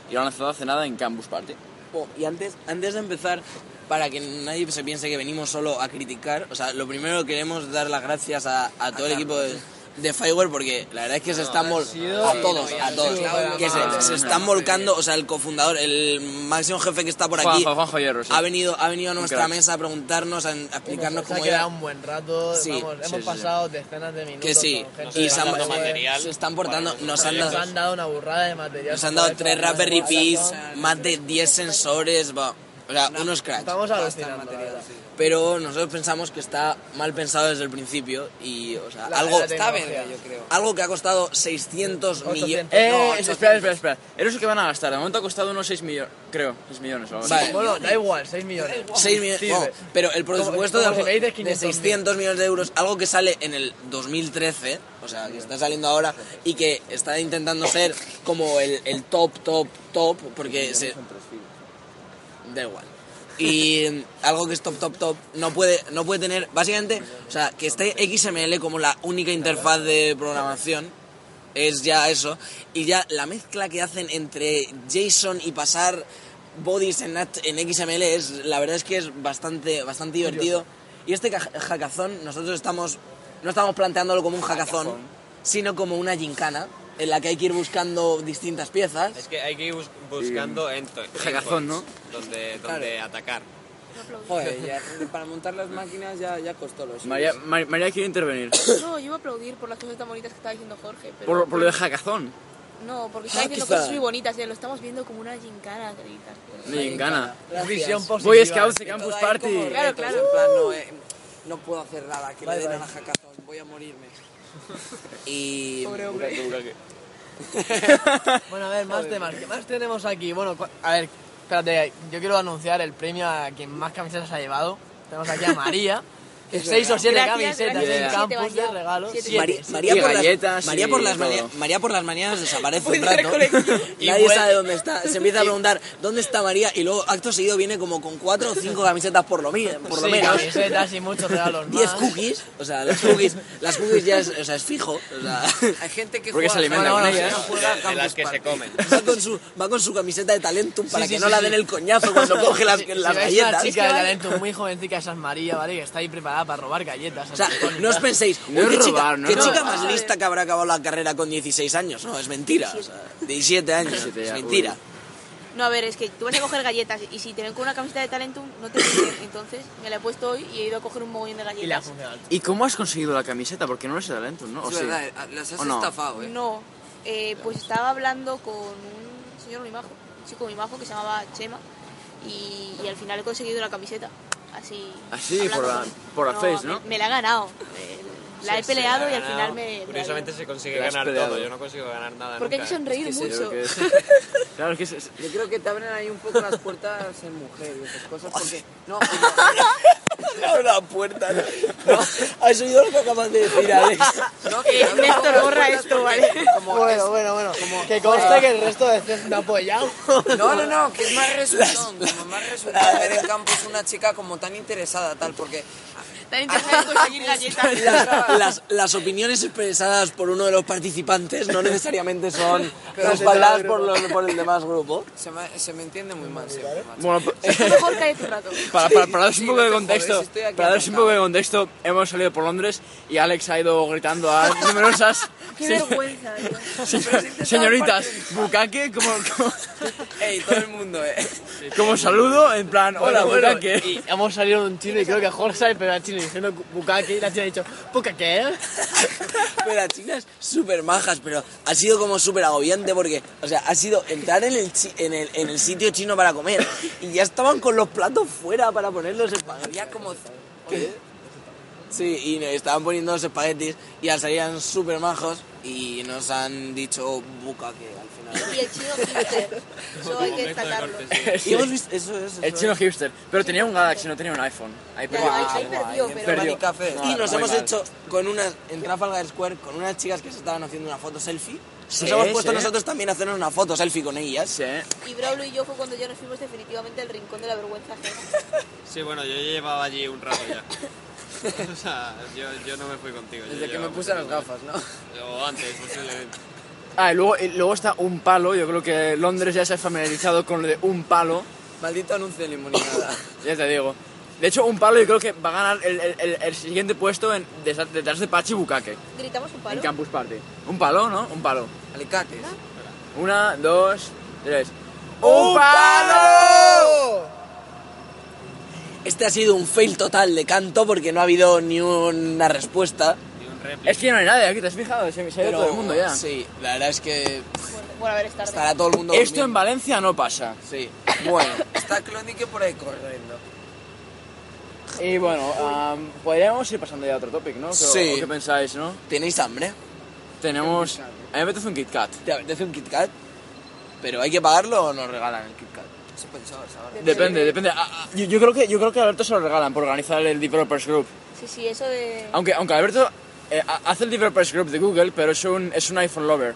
Speaker 7: Y lo han lanzado hace nada en Campus Party.
Speaker 4: Oh, y antes, antes de empezar, para que nadie se piense que venimos solo a criticar, o sea, lo primero queremos dar las gracias a, a todo el equipo de, de Fireware porque la verdad es que se están vol-
Speaker 6: sido-
Speaker 4: a todos, a todos,
Speaker 6: sido-
Speaker 4: que se, se están volcando, o sea, el cofundador, el máximo jefe que está por aquí,
Speaker 7: Juanjo, Juanjo Hierro, sí.
Speaker 4: ha venido, ha venido a nuestra
Speaker 7: crack.
Speaker 4: mesa a preguntarnos, a, a explicarnos
Speaker 2: Se ha
Speaker 4: cómo
Speaker 2: quedado
Speaker 4: era.
Speaker 2: un buen rato.
Speaker 4: Sí,
Speaker 2: vamos,
Speaker 4: sí,
Speaker 7: sí,
Speaker 2: hemos
Speaker 7: sí.
Speaker 2: pasado decenas de minutos.
Speaker 4: Que sí,
Speaker 2: con gente
Speaker 4: y
Speaker 2: de
Speaker 4: se
Speaker 2: Fireware.
Speaker 4: han, eh,
Speaker 5: material
Speaker 4: se están portando, nos han
Speaker 2: Nos
Speaker 4: dado,
Speaker 2: han dado una burrada de material.
Speaker 4: nos han dado
Speaker 2: Para
Speaker 4: tres
Speaker 2: esto,
Speaker 4: Raspberry
Speaker 2: para
Speaker 4: Pis,
Speaker 2: esto.
Speaker 4: más de 10 sensores, va, o sea, unos cracks.
Speaker 2: Estamos alucinando. la verdad.
Speaker 4: Pero nosotros pensamos que está mal pensado desde el principio y, o sea,
Speaker 2: La-
Speaker 4: algo...
Speaker 2: la
Speaker 4: está
Speaker 2: tecnología.
Speaker 4: verga, yo creo. Algo que ha costado 600 millones...
Speaker 2: 800.
Speaker 7: Eh,
Speaker 4: No,
Speaker 7: espera, espera, espera. Era eso que van a gastar. De momento ha costado unos 6 millones, creo. 6 millones o algo así.
Speaker 4: Vale.
Speaker 2: Bueno, da igual, 6 millones.
Speaker 4: 6 millones,
Speaker 2: Sirve.
Speaker 4: bueno, pero el presupuesto
Speaker 2: como si
Speaker 4: de,
Speaker 2: me dices
Speaker 4: algo- de
Speaker 2: 500.000.
Speaker 4: 600 millones de euros, algo que sale en el 2013, o sea, que está saliendo ahora y que está intentando ser como el, el top, top, top, porque se... Da igual. Y mm, algo que es top, top, top, no puede, no puede tener, básicamente, o sea, que esté XML como la única interfaz de programación, es ya eso, y ya la mezcla que hacen entre JSON y pasar bodies en, at- en XML es, la verdad es que es bastante, bastante divertido. Y este ca- hackathon, nosotros estamos, no estamos planteándolo como un hackathon, sino como una gincana en la que hay que ir buscando distintas piezas.
Speaker 5: Es que hay que ir bus- buscando ento-
Speaker 7: Hackathon, ¿no?
Speaker 5: endpoints Donde, donde atacar.
Speaker 4: Joder,
Speaker 6: Ya, para montar las máquinas ya, ya costó los.
Speaker 7: María, Mar- María quiere intervenir.
Speaker 3: No, yo iba a aplaudir por las cosas tan bonitas que estaba diciendo Jorge. Pero
Speaker 7: Por, por lo de Hackazón.
Speaker 3: No, porque estaba
Speaker 4: Ah,
Speaker 3: diciendo
Speaker 4: quizá.
Speaker 3: cosas muy bonitas. eh, Lo estamos viendo como una gincana. que dices.
Speaker 7: Me gana.
Speaker 2: Visión positiva.
Speaker 7: Boy Scouts de Campus
Speaker 6: Todo ahí como
Speaker 7: Party.
Speaker 6: retos,
Speaker 3: Claro, claro.
Speaker 6: En plan, no, eh, no puedo hacer nada, que
Speaker 2: Vale,
Speaker 6: le den
Speaker 2: vale.
Speaker 6: a la hackathon, voy a morirme.
Speaker 4: Y
Speaker 2: Bueno, a ver, más temas. ¿Qué más tenemos aquí? Bueno, cu- a ver, espérate. Yo quiero anunciar el premio a quien más camisetas ha llevado. Tenemos aquí a María. que seis o siete
Speaker 3: Gracias,
Speaker 2: camisetas
Speaker 3: gracias.
Speaker 2: en
Speaker 7: Siete
Speaker 3: vas
Speaker 2: campus de
Speaker 3: ya.
Speaker 2: regalo.
Speaker 3: Siete.
Speaker 2: Siete.
Speaker 4: Mari-
Speaker 3: sí.
Speaker 4: María,
Speaker 7: Y
Speaker 4: por
Speaker 7: galletas
Speaker 4: las, María,
Speaker 7: y
Speaker 4: por las
Speaker 7: todo.
Speaker 4: mania- María por las mañanas desaparece un
Speaker 6: Voy de
Speaker 4: rato.
Speaker 6: recolección.
Speaker 2: Y
Speaker 4: Nadie
Speaker 2: vuelve.
Speaker 4: sabe dónde está. Se empieza a preguntar dónde está María y luego acto seguido viene como con cuatro o cinco camisetas por lo, mi- por lo
Speaker 2: Sí,
Speaker 4: menos.
Speaker 2: camisetas y muchos regalos
Speaker 4: Diez
Speaker 2: más.
Speaker 4: cookies. O sea, las cookies, las cookies ya es, o sea, es fijo. O sea,
Speaker 6: Hay gente que
Speaker 7: Porque
Speaker 6: juega
Speaker 7: se alimenta
Speaker 6: solo,
Speaker 7: con
Speaker 6: no
Speaker 7: ellas.
Speaker 6: juega a
Speaker 5: De las
Speaker 6: Campus
Speaker 5: que se
Speaker 6: Party.
Speaker 5: comen.
Speaker 4: va, con su, va con su camiseta de talento para
Speaker 2: Sí, sí,
Speaker 4: que
Speaker 2: sí,
Speaker 4: no la
Speaker 2: sí.
Speaker 4: den el coñazo cuando coge las,
Speaker 2: Si- si
Speaker 4: las
Speaker 2: veis una
Speaker 4: galletas.
Speaker 2: chica de talento muy jovencita, esa es María, ¿vale? Que está ahí preparada para robar galletas.
Speaker 4: O sea, no os penséis,
Speaker 7: No
Speaker 4: "Uy,
Speaker 7: es
Speaker 4: qué chica,
Speaker 7: robar, no
Speaker 4: qué
Speaker 7: es
Speaker 4: chica
Speaker 7: robar".
Speaker 4: más lista que habrá acabado la carrera con 16 años. No, es mentira. o sea, 17 años,
Speaker 7: 17
Speaker 4: es
Speaker 7: ya, uy.
Speaker 4: mentira.
Speaker 3: No, a ver, es que tú vas a coger galletas y si te ven con una camiseta de Talentum, no te ven. Entonces, me la he puesto hoy y he ido a coger un mogollón de
Speaker 2: Y la
Speaker 3: galletas.
Speaker 2: funcional.
Speaker 7: ¿Y cómo has conseguido la camiseta? Porque no es talento, ¿no? ¿O
Speaker 6: Es
Speaker 7: sí?
Speaker 6: verdad, las has
Speaker 7: ¿O no?
Speaker 6: estafado, eh.
Speaker 3: No, eh, pues estaba hablando con un señor muy majo, un chico muy majo que se llamaba Chema y, y al final he conseguido la camiseta. Así.
Speaker 7: Así,
Speaker 3: hablando
Speaker 7: por la-
Speaker 3: con él.
Speaker 7: por la face, ¿no?
Speaker 3: Me, me la ha ganado. Eh, La he peleado y al final me. me
Speaker 5: Curiosamente se consigue
Speaker 7: Te la has
Speaker 5: ganar
Speaker 7: peleado.
Speaker 5: todo, yo no consigo ganar nada
Speaker 3: Porque hay que
Speaker 5: nunca. ¿eh?
Speaker 3: sonreír
Speaker 7: Sí,
Speaker 3: mucho.
Speaker 7: creo que es- Claro, es que es- es-
Speaker 6: Yo creo que te abren ahí un poco las puertas en mujer y esas cosas porque... No, porque-
Speaker 4: Abre la puerta. No, has oído lo que acabas de decir, Alex.
Speaker 6: no, que te abren un poco las puertas porque como
Speaker 2: Bueno, bueno, bueno. Que conste que el resto de CES me ha apoyado.
Speaker 6: es- No, no, no, que es más resultón, como más resultón ver en campus una chica como tan interesada, tal, porque...
Speaker 3: Tan interesada en conseguir galletas.
Speaker 4: Las, las- las opiniones expresadas por uno de los participantes no necesariamente son respaldadas por, los- por el demás grupo.
Speaker 6: Se me, se me entiende muy mal siempre, macho.
Speaker 7: Bueno, pa-
Speaker 3: Es mejor cállate un rato.
Speaker 7: para, para, para daros
Speaker 6: Sí,
Speaker 7: un poco
Speaker 6: no
Speaker 7: de
Speaker 6: te
Speaker 7: contexto,
Speaker 6: jodes, estoy aquí
Speaker 7: para daros un
Speaker 6: apuntado.
Speaker 7: poco de contexto, hemos salido por Londres y Alex ha ido gritando a numerosas
Speaker 3: Qué
Speaker 7: se-
Speaker 3: vergüenza. tío.
Speaker 7: señoritas, bucaque, como, como,
Speaker 6: Ey, todo el mundo, eh.
Speaker 7: como saludo, en plan, hola,
Speaker 2: bueno,
Speaker 7: bucaque.
Speaker 2: Y hemos salido de un chino y creo que Jorge sabe pero al chino diciendo bucaque y la china ha dicho, ¿bucaque?
Speaker 4: Pero las chicas súper majas, pero ha sido como súper agobiante porque, o sea, ha sido entrar en el, chi- en, el, en el sitio chino para comer y ya estaban con los platos fuera para ponerlos en
Speaker 6: Había como... ¿eh?
Speaker 4: Sí, y nos estaban poniendo los espaguetis y al salir eran súper majos y nos han dicho bucaque al final.
Speaker 3: Y el chino hipster. Eso hay que destacarlo.
Speaker 4: Y hemos visto, eso es,
Speaker 7: El
Speaker 4: eso
Speaker 7: chino hipster, pero tenía un Galaxy, no tenía un iPhone. Ahí
Speaker 3: Claro,
Speaker 7: perdió.
Speaker 3: ahí- ahí perdió, pero.
Speaker 7: Perdió.
Speaker 6: Café.
Speaker 4: Y nos
Speaker 7: muy
Speaker 4: hemos
Speaker 7: mal.
Speaker 4: hecho con unas, en Trafalgar Square, con unas chicas que se estaban haciendo una foto selfie.
Speaker 7: Sí,
Speaker 4: nos hemos puesto
Speaker 7: sí.
Speaker 4: nosotros también a hacernos una foto selfie con ellas.
Speaker 7: Sí, ¿eh?
Speaker 3: Y Braulio y yo fue cuando ya nos fuimos definitivamente al rincón de la vergüenza ajena.
Speaker 5: Sí, bueno, yo llevaba allí un rato ya. O sea, yo, yo no me fui contigo. yo
Speaker 6: Desde que me
Speaker 5: llevaba
Speaker 6: puse las gafas, ¿no?
Speaker 5: mucho- O antes, posiblemente.
Speaker 7: Ah, y luego, y luego está un palo. Yo creo que Londres ya se ha familiarizado con lo de un palo.
Speaker 6: Maldito anuncio de limonada.
Speaker 7: Ya te digo. De hecho, un palo yo creo que va a ganar el, el- el- el siguiente puesto en, desa- detrás de Pachi Bukake
Speaker 3: Gritamos un
Speaker 7: en
Speaker 3: palo.
Speaker 7: Campus Party. Un palo, ¿no? Un palo.
Speaker 6: Alicates.
Speaker 7: Una, dos, tres.
Speaker 6: ¡Un palo!
Speaker 4: Este ha sido un fail total de canto porque no ha habido ni una respuesta.
Speaker 5: Y un réplica.
Speaker 7: Es que no hay nadie aquí, ¿te has fijado? Se, se ha ido todo el mundo ya.
Speaker 4: Sí, la verdad es que
Speaker 3: Bueno, a ver, es tarde.
Speaker 4: estará todo el mundo.
Speaker 7: Esto en
Speaker 4: durmiendo.
Speaker 7: Valencia no pasa.
Speaker 4: Sí.
Speaker 6: Bueno, está Clonique por ahí corriendo.
Speaker 7: Y bueno, am, podríamos ir pasando ya a otro topic, ¿no? ¿Qué-
Speaker 4: Sí.
Speaker 7: o ¿Qué pensáis, no?
Speaker 4: ¿Tenéis hambre?
Speaker 7: Tenemos... A mí me apetece un Kit Kat.
Speaker 4: ¿Te apetece un Kit Kat? ¿Pero hay que pagarlo o nos regalan el Kit Kat?
Speaker 6: Eso pensabas ahora.
Speaker 7: Depende, depende. Ah, ah, yo, yo creo que, yo creo que a Alberto se lo regalan por organizar el Developers Group.
Speaker 3: Sí, sí, eso de.
Speaker 7: Aunque, aunque Alberto eh, ha- hace el Developers Group de Google, pero es un, es un iPhone lover.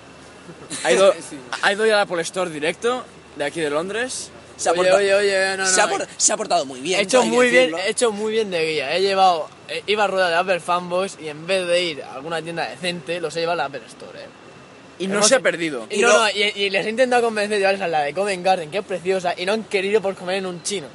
Speaker 7: Ha ido, ha ido ya a la Apple Store directo, de aquí de Londres.
Speaker 4: Se ha
Speaker 2: Oye,
Speaker 4: portado-
Speaker 2: oye, oye, Pues no, no.
Speaker 4: se, ha por- se ha portado muy bien.
Speaker 2: He hecho
Speaker 4: hay que
Speaker 2: muy bien,
Speaker 4: decirlo.
Speaker 2: he hecho muy bien de guía. He llevado, eh, iba a rueda de Apple Fanboys y en vez de ir a alguna tienda decente, los he llevado a la Apple Store. eh.
Speaker 7: Y no
Speaker 2: Hemos-
Speaker 7: se ha perdido.
Speaker 2: Y,
Speaker 4: Y
Speaker 2: no,
Speaker 4: lo-
Speaker 2: no, y, y les he intentado convencer de llevarles a la de Covent Garden, que es preciosa, y no han querido por comer en un chino.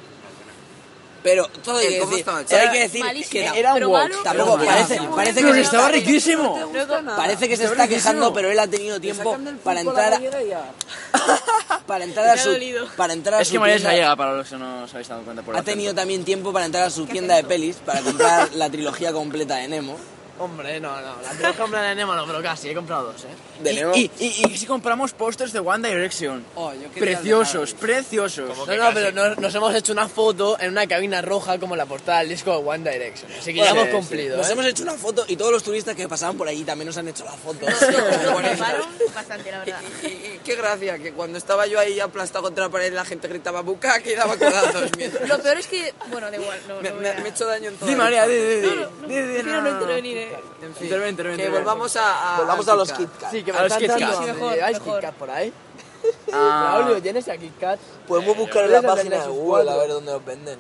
Speaker 4: Pero todo hay
Speaker 6: El
Speaker 4: que
Speaker 6: cómo
Speaker 4: decir,
Speaker 6: estaba hecho.
Speaker 4: todo hay que decir
Speaker 3: Malísimo.
Speaker 4: que
Speaker 3: Era-
Speaker 4: era
Speaker 3: pero
Speaker 4: un
Speaker 3: malo.
Speaker 4: walk. Tampoco
Speaker 3: Pero
Speaker 4: parece,
Speaker 3: malo.
Speaker 4: parece
Speaker 7: Pero
Speaker 4: que se
Speaker 7: estaba
Speaker 4: está,
Speaker 7: riquísimo.
Speaker 6: Ah,
Speaker 4: parece que se está quejando, pero él ha tenido tiempo para entrar a, para entrar a
Speaker 3: Me ha
Speaker 4: su
Speaker 3: dolido.
Speaker 4: para entrar a
Speaker 7: Es
Speaker 4: su
Speaker 7: que María es
Speaker 4: tienda-
Speaker 7: gallega, para los que no os habéis dado cuenta por el
Speaker 4: Ha tenido
Speaker 7: acento.
Speaker 4: también tiempo para entrar a su tienda de pelis para comprar la trilogía completa de Nemo.
Speaker 2: Hombre, no, no, la tengo que comprar en Enema, no, pero casi, he comprado dos, eh.
Speaker 4: De Nemo.
Speaker 7: Y, y- y si compramos pósters de One Direction.
Speaker 6: Oh, yo quería
Speaker 7: preciosos,
Speaker 6: dejar-
Speaker 7: preciosos.
Speaker 2: No, no, pero nos, nos hemos hecho una foto en una cabina roja como la portada del disco de One Direction. Así que ya
Speaker 7: Bueno,
Speaker 2: hemos
Speaker 7: sí,
Speaker 2: cumplido.
Speaker 4: nos
Speaker 2: ¿eh?
Speaker 4: hemos hecho una foto y todos los turistas que pasaban por allí también nos han hecho la foto.
Speaker 3: Nos preocuparon bastante, la verdad.
Speaker 6: Y, y qué gracia, que cuando estaba yo ahí aplastado contra la pared, la gente gritaba buca que daba codazos. mientras-
Speaker 3: Lo peor es que. Bueno, da igual, no.
Speaker 6: me,
Speaker 3: no
Speaker 6: me-
Speaker 3: voy a-
Speaker 6: me he hecho daño en todo.
Speaker 7: Di María, di, di, di. Di, di,
Speaker 3: Prefiero
Speaker 7: no,
Speaker 3: no
Speaker 7: no, no.
Speaker 3: intervenir, eh.
Speaker 6: En fin,
Speaker 7: Interven, interven,
Speaker 6: que
Speaker 7: interven.
Speaker 6: volvamos a, a,
Speaker 4: Volvamos a los
Speaker 6: Kit
Speaker 4: Kit
Speaker 6: Kat.
Speaker 4: Kat.
Speaker 2: Sí, que
Speaker 7: A
Speaker 2: me
Speaker 7: los
Speaker 2: están
Speaker 7: Kit Kat.
Speaker 2: dando
Speaker 3: Sí, mejor,
Speaker 2: ¿Lleváis
Speaker 3: mejor.
Speaker 2: Kit Kat por ahí?
Speaker 7: Ah.
Speaker 2: Braulio, ¿tienes a Kit Kat?
Speaker 4: Podemos buscar en
Speaker 2: Pero
Speaker 4: la
Speaker 2: esas
Speaker 4: página de
Speaker 2: son sus
Speaker 4: Google a
Speaker 2: cuatro.
Speaker 4: ver dónde los venden.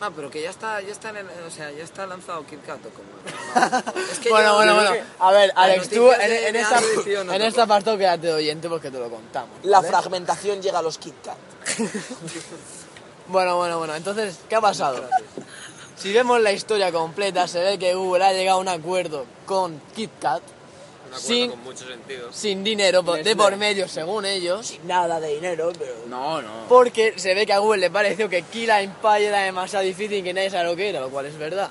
Speaker 6: Ah, pero que ya está, ya está, en el- o sea, ya está lanzado Kit Kat o como. Es que
Speaker 2: Bueno,
Speaker 6: yo-
Speaker 2: bueno,
Speaker 6: yo
Speaker 2: bueno.
Speaker 6: creo
Speaker 2: A ver, Alex, tú
Speaker 6: noticias
Speaker 2: en,
Speaker 6: de-
Speaker 2: en
Speaker 6: de
Speaker 2: esta,
Speaker 6: Android, tío, no
Speaker 2: en
Speaker 6: te
Speaker 2: esta parte quédate de oyente porque te lo contamos.
Speaker 4: La
Speaker 2: ¿vale?
Speaker 4: fragmentación llega a los Kit Kat.
Speaker 2: Bueno, bueno, bueno. Entonces, ¿qué ha pasado? Si vemos la historia completa, se ve que Google ha llegado a un acuerdo con
Speaker 5: Un
Speaker 2: KitKat
Speaker 5: acuerdo
Speaker 2: sin,
Speaker 5: con mucho sentido.
Speaker 2: sin dinero po- de por medio, según ellos,
Speaker 4: Nada de dinero, pero...
Speaker 7: No, no.
Speaker 2: porque se ve que a Google le pareció que Kill Empire era demasiado difícil y que nadie sabe lo que era, lo cual es verdad.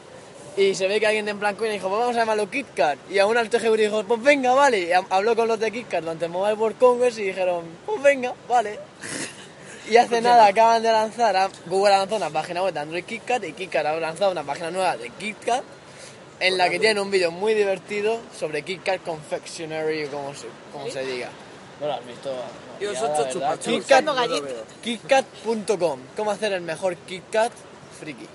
Speaker 2: Y se ve que alguien de en blanco y dijo, pues vamos a llamarlo KitKat. Y a un alto ejecutivo dijo, pues venga, vale. Y ha- habló con los de KitKat durante el Mobile World Congress y dijeron, pues venga, vale. Y hace nada acaban de lanzar, a- Google ha lanzado una página web de Android KitKat y KitKat ha lanzado una página nueva de KitKat en la que tienen un vídeo muy divertido sobre KitKat Confectionery o como se, como se diga. No lo has visto.
Speaker 6: Yo
Speaker 2: ya,
Speaker 6: soy
Speaker 2: la
Speaker 6: chupa
Speaker 2: verdad.
Speaker 6: chups.
Speaker 2: KitKat-
Speaker 3: Buscando galletas.
Speaker 2: KitKat.com ¿Cómo hacer el mejor KitKat friki?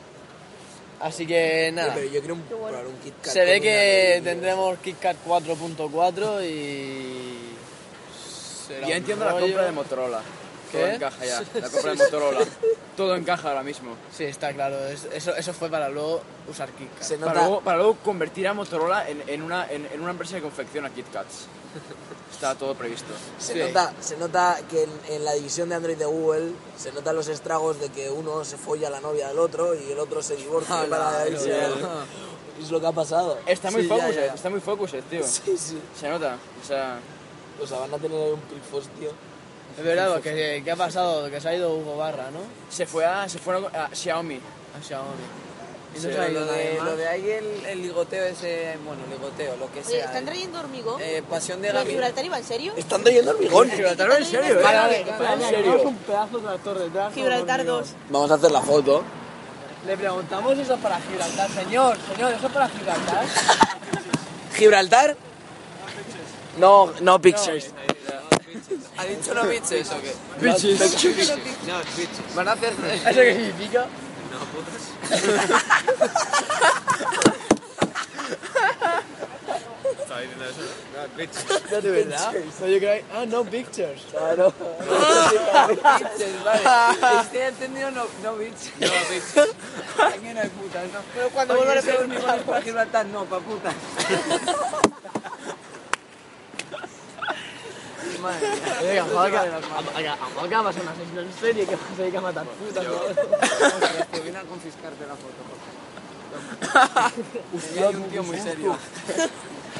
Speaker 2: Así que nada,
Speaker 4: Pero yo quiero un- probar un Kit Kat.
Speaker 2: se ve
Speaker 4: con una
Speaker 2: que
Speaker 4: de-
Speaker 2: tendremos KitKat 4.4 y... será
Speaker 7: Ya
Speaker 2: un
Speaker 7: entiendo la
Speaker 2: rollo.
Speaker 7: compra de Motorola. Todo
Speaker 2: ¿Qué?
Speaker 7: encaja ya. La compra de Motorola. Todo encaja ahora mismo.
Speaker 2: Sí, está claro. es- Eso, eso fue para luego usar KitKat.
Speaker 4: Se
Speaker 7: Para luego,
Speaker 4: nota...
Speaker 7: para luego convertir a Motorola en, en una, en, en una empresa que confecciona Kit Kats. Está todo previsto.
Speaker 4: Se,
Speaker 2: Sí.
Speaker 4: nota, se nota que en, en la división de Android de Google se notan los estragos de que uno se folla a la novia del otro y el otro se divorcia para irse al- Es lo que ha pasado.
Speaker 7: Está muy
Speaker 4: Sí, ya,
Speaker 7: focused,
Speaker 2: eh.
Speaker 4: ya.
Speaker 7: está muy focused, tío.
Speaker 4: Sí, sí.
Speaker 7: Se nota. O sea,
Speaker 4: O sea, van a tener ahí un pilfos, tío.
Speaker 2: Es verdad, que, que ha pasado, que se ha ido Hugo Barra, ¿no?
Speaker 7: se fue a, se fueron a, Xiaomi.
Speaker 2: A Xiaomi. Y no
Speaker 7: Sí,
Speaker 2: se ha
Speaker 6: Pero
Speaker 2: ido
Speaker 6: lo, de,
Speaker 2: nadie
Speaker 6: lo
Speaker 2: más.
Speaker 6: de ahí el, el ligoteo ese, bueno, ligoteo, lo que
Speaker 3: Oye,
Speaker 6: sea.
Speaker 3: ¿están trayendo hormigón?
Speaker 6: eh, pasión de
Speaker 3: ¿Lo de
Speaker 6: Gaby.
Speaker 3: Gibraltar iba en serio?
Speaker 4: Están trayendo hormigón.
Speaker 7: Gibraltar en serio, eh.
Speaker 3: Vale, vale,
Speaker 7: En serio.
Speaker 2: pedazo de actor detrás.
Speaker 3: Gibraltar 2.
Speaker 4: Vamos a hacer la foto.
Speaker 2: Le preguntamos eso es para Gibraltar, señor, señor, eso es para Gibraltar.
Speaker 4: ¿Gibraltar? No, no pictures.
Speaker 6: ¿Ha dicho no bitches o qué?
Speaker 5: No, bitches.
Speaker 6: Van a hacer...
Speaker 2: ¿Eso qué significa?
Speaker 5: No, putas. Estaba diciendo eso. No, bitches.
Speaker 2: No, de verdad. No, yo creo Ah, no pictures.
Speaker 4: Claro.
Speaker 6: bitches, vale. Estoy entendido no, no bitches. No bitches. Aquí no hay putas, no. Pero cuando vuelvan a preguntar para Gibraltar, no, pa' putas.
Speaker 2: madre mía. Oye, que a Juanca- a- a- a Juanca va a ser un asesino en serie que se dedica a matar putas.
Speaker 6: Los que vienen a confiscarte la foto, Jorge. Ahí hay un tío muy serio.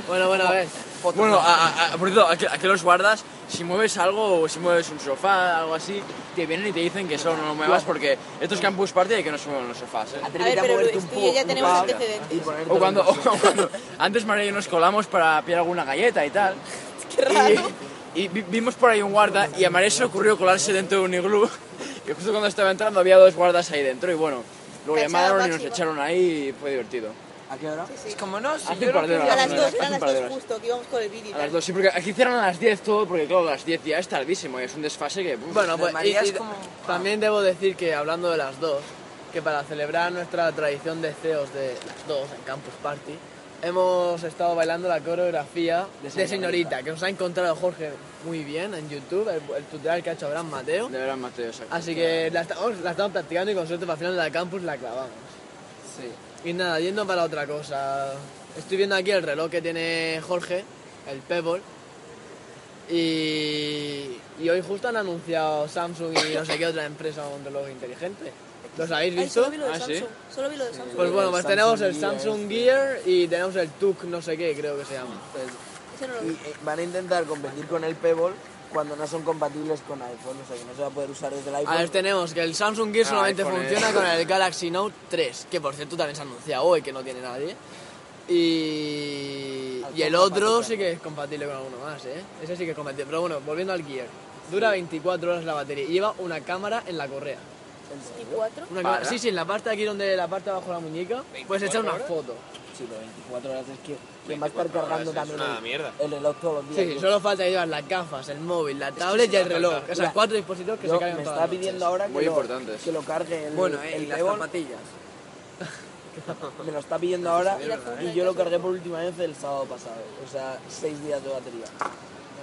Speaker 2: Bueno, bueno, a ver.
Speaker 7: Bueno, a- a- a- por cierto, aquí, aquí los guardas, si mueves algo o si mueves un sofá, algo así, te vienen y te dicen que eso no lo muevas porque estos campus party hay que no se mueven los sofás. ¿eh?
Speaker 3: A ver, pero Luis, tú y yo ya tenemos este antecedentes.
Speaker 7: O cuando, o cuando- antes María y yo nos colamos para pillar alguna galleta y tal.
Speaker 3: Qué raro.
Speaker 7: Y, y vi- vimos por ahí un guarda y a María se le ocurrió colarse dentro de un iglú. Y justo cuando estaba entrando había dos guardas ahí dentro y bueno, luego
Speaker 3: Cachado,
Speaker 7: llamaron y nos
Speaker 3: máximo.
Speaker 7: echaron ahí y fue divertido.
Speaker 6: ¿A qué hora?
Speaker 3: Sí.
Speaker 6: Es como no, si
Speaker 7: Hace
Speaker 6: yo
Speaker 7: un par
Speaker 6: no
Speaker 7: de
Speaker 6: quería-
Speaker 3: A
Speaker 7: horas.
Speaker 3: las dos,
Speaker 7: Hace
Speaker 3: eran
Speaker 7: un
Speaker 3: las
Speaker 7: par de
Speaker 3: dos
Speaker 7: horas.
Speaker 3: justo, que íbamos con el vídeo y
Speaker 7: A las
Speaker 3: tal.
Speaker 7: dos, sí, porque aquí cierran a las 10 todo, porque claro, a las 10 ya es tardísimo, es un desfase que... uf.
Speaker 2: Bueno,
Speaker 6: De
Speaker 2: pues y-
Speaker 6: María
Speaker 2: y
Speaker 6: es como-
Speaker 2: también debo decir que hablando de las dos, que para celebrar nuestra tradición de CEOs de las dos en Campus Party, hemos estado bailando la coreografía de señorita, que nos ha encontrado Jorge muy bien en YouTube, el, el tutorial que ha hecho Abraham Mateo.
Speaker 7: De verdad, Mateo, exacto.
Speaker 2: Así que la estamos, la estamos practicando y con suerte para el final de la campus la clavamos. Sí. Y nada, yendo para otra cosa. Estoy viendo aquí el reloj que tiene Jorge, el Pebble. Y, y hoy justo han anunciado Samsung y no sé qué otra empresa un reloj inteligente. ¿Los habéis
Speaker 3: Ay,
Speaker 2: visto?
Speaker 3: solo vi lo de
Speaker 7: Ah, ¿sí?
Speaker 3: Samsung. Solo vi lo de Samsung.
Speaker 2: Pues bueno, pues
Speaker 6: Samsung
Speaker 2: tenemos el
Speaker 6: Gear
Speaker 2: Samsung Gear y tenemos el TUC no sé qué, creo que se llama.
Speaker 3: Ese no lo
Speaker 4: Y
Speaker 3: vi.
Speaker 4: eh, van a intentar competir con el Pebble cuando no son compatibles con iPhone, o sea que no se va a poder usar desde el
Speaker 2: A
Speaker 4: iPhone.
Speaker 2: ver, tenemos que el Samsung Gear
Speaker 7: Ah,
Speaker 2: solamente
Speaker 7: iPhone, eh.
Speaker 2: funciona con el Galaxy Note 3, que por cierto también se anuncia hoy que no tiene nadie. Y, y el otro sí que es compatible con alguno más, ¿eh? Ese sí que es compatible. Pero bueno, volviendo al Gear. Dura 24 horas la batería y lleva una cámara en la correa.
Speaker 3: ¿Y cuatro?
Speaker 2: Una cámara-
Speaker 7: Para.
Speaker 2: sí, sí, en la parte de aquí donde la parte de abajo de la muñeca puedes echar una foto.
Speaker 4: Sí, pero 24 horas es que, que va a estar cargando también
Speaker 5: una
Speaker 4: el-
Speaker 5: Ah, mierda.
Speaker 4: el reloj todos los días.
Speaker 2: Sí, sí,
Speaker 4: Yo-
Speaker 2: solo falta llevar las gafas, el móvil, la tablet y el reloj. Esos
Speaker 4: Mira,
Speaker 2: cuatro dispositivos que
Speaker 4: yo-
Speaker 2: se
Speaker 4: me
Speaker 2: cargan todas
Speaker 4: está
Speaker 2: las
Speaker 4: pidiendo
Speaker 2: noches.
Speaker 4: ahora que
Speaker 7: Muy
Speaker 4: lo,
Speaker 7: importantes.
Speaker 4: que lo cargue el, el Pebble.
Speaker 6: eh, zapatillas.
Speaker 4: Me lo está pidiendo ahora
Speaker 3: la funda
Speaker 4: y
Speaker 3: de
Speaker 4: yo lo
Speaker 3: casa.
Speaker 4: cargué por última vez el sábado pasado. O sea, 6 días de batería.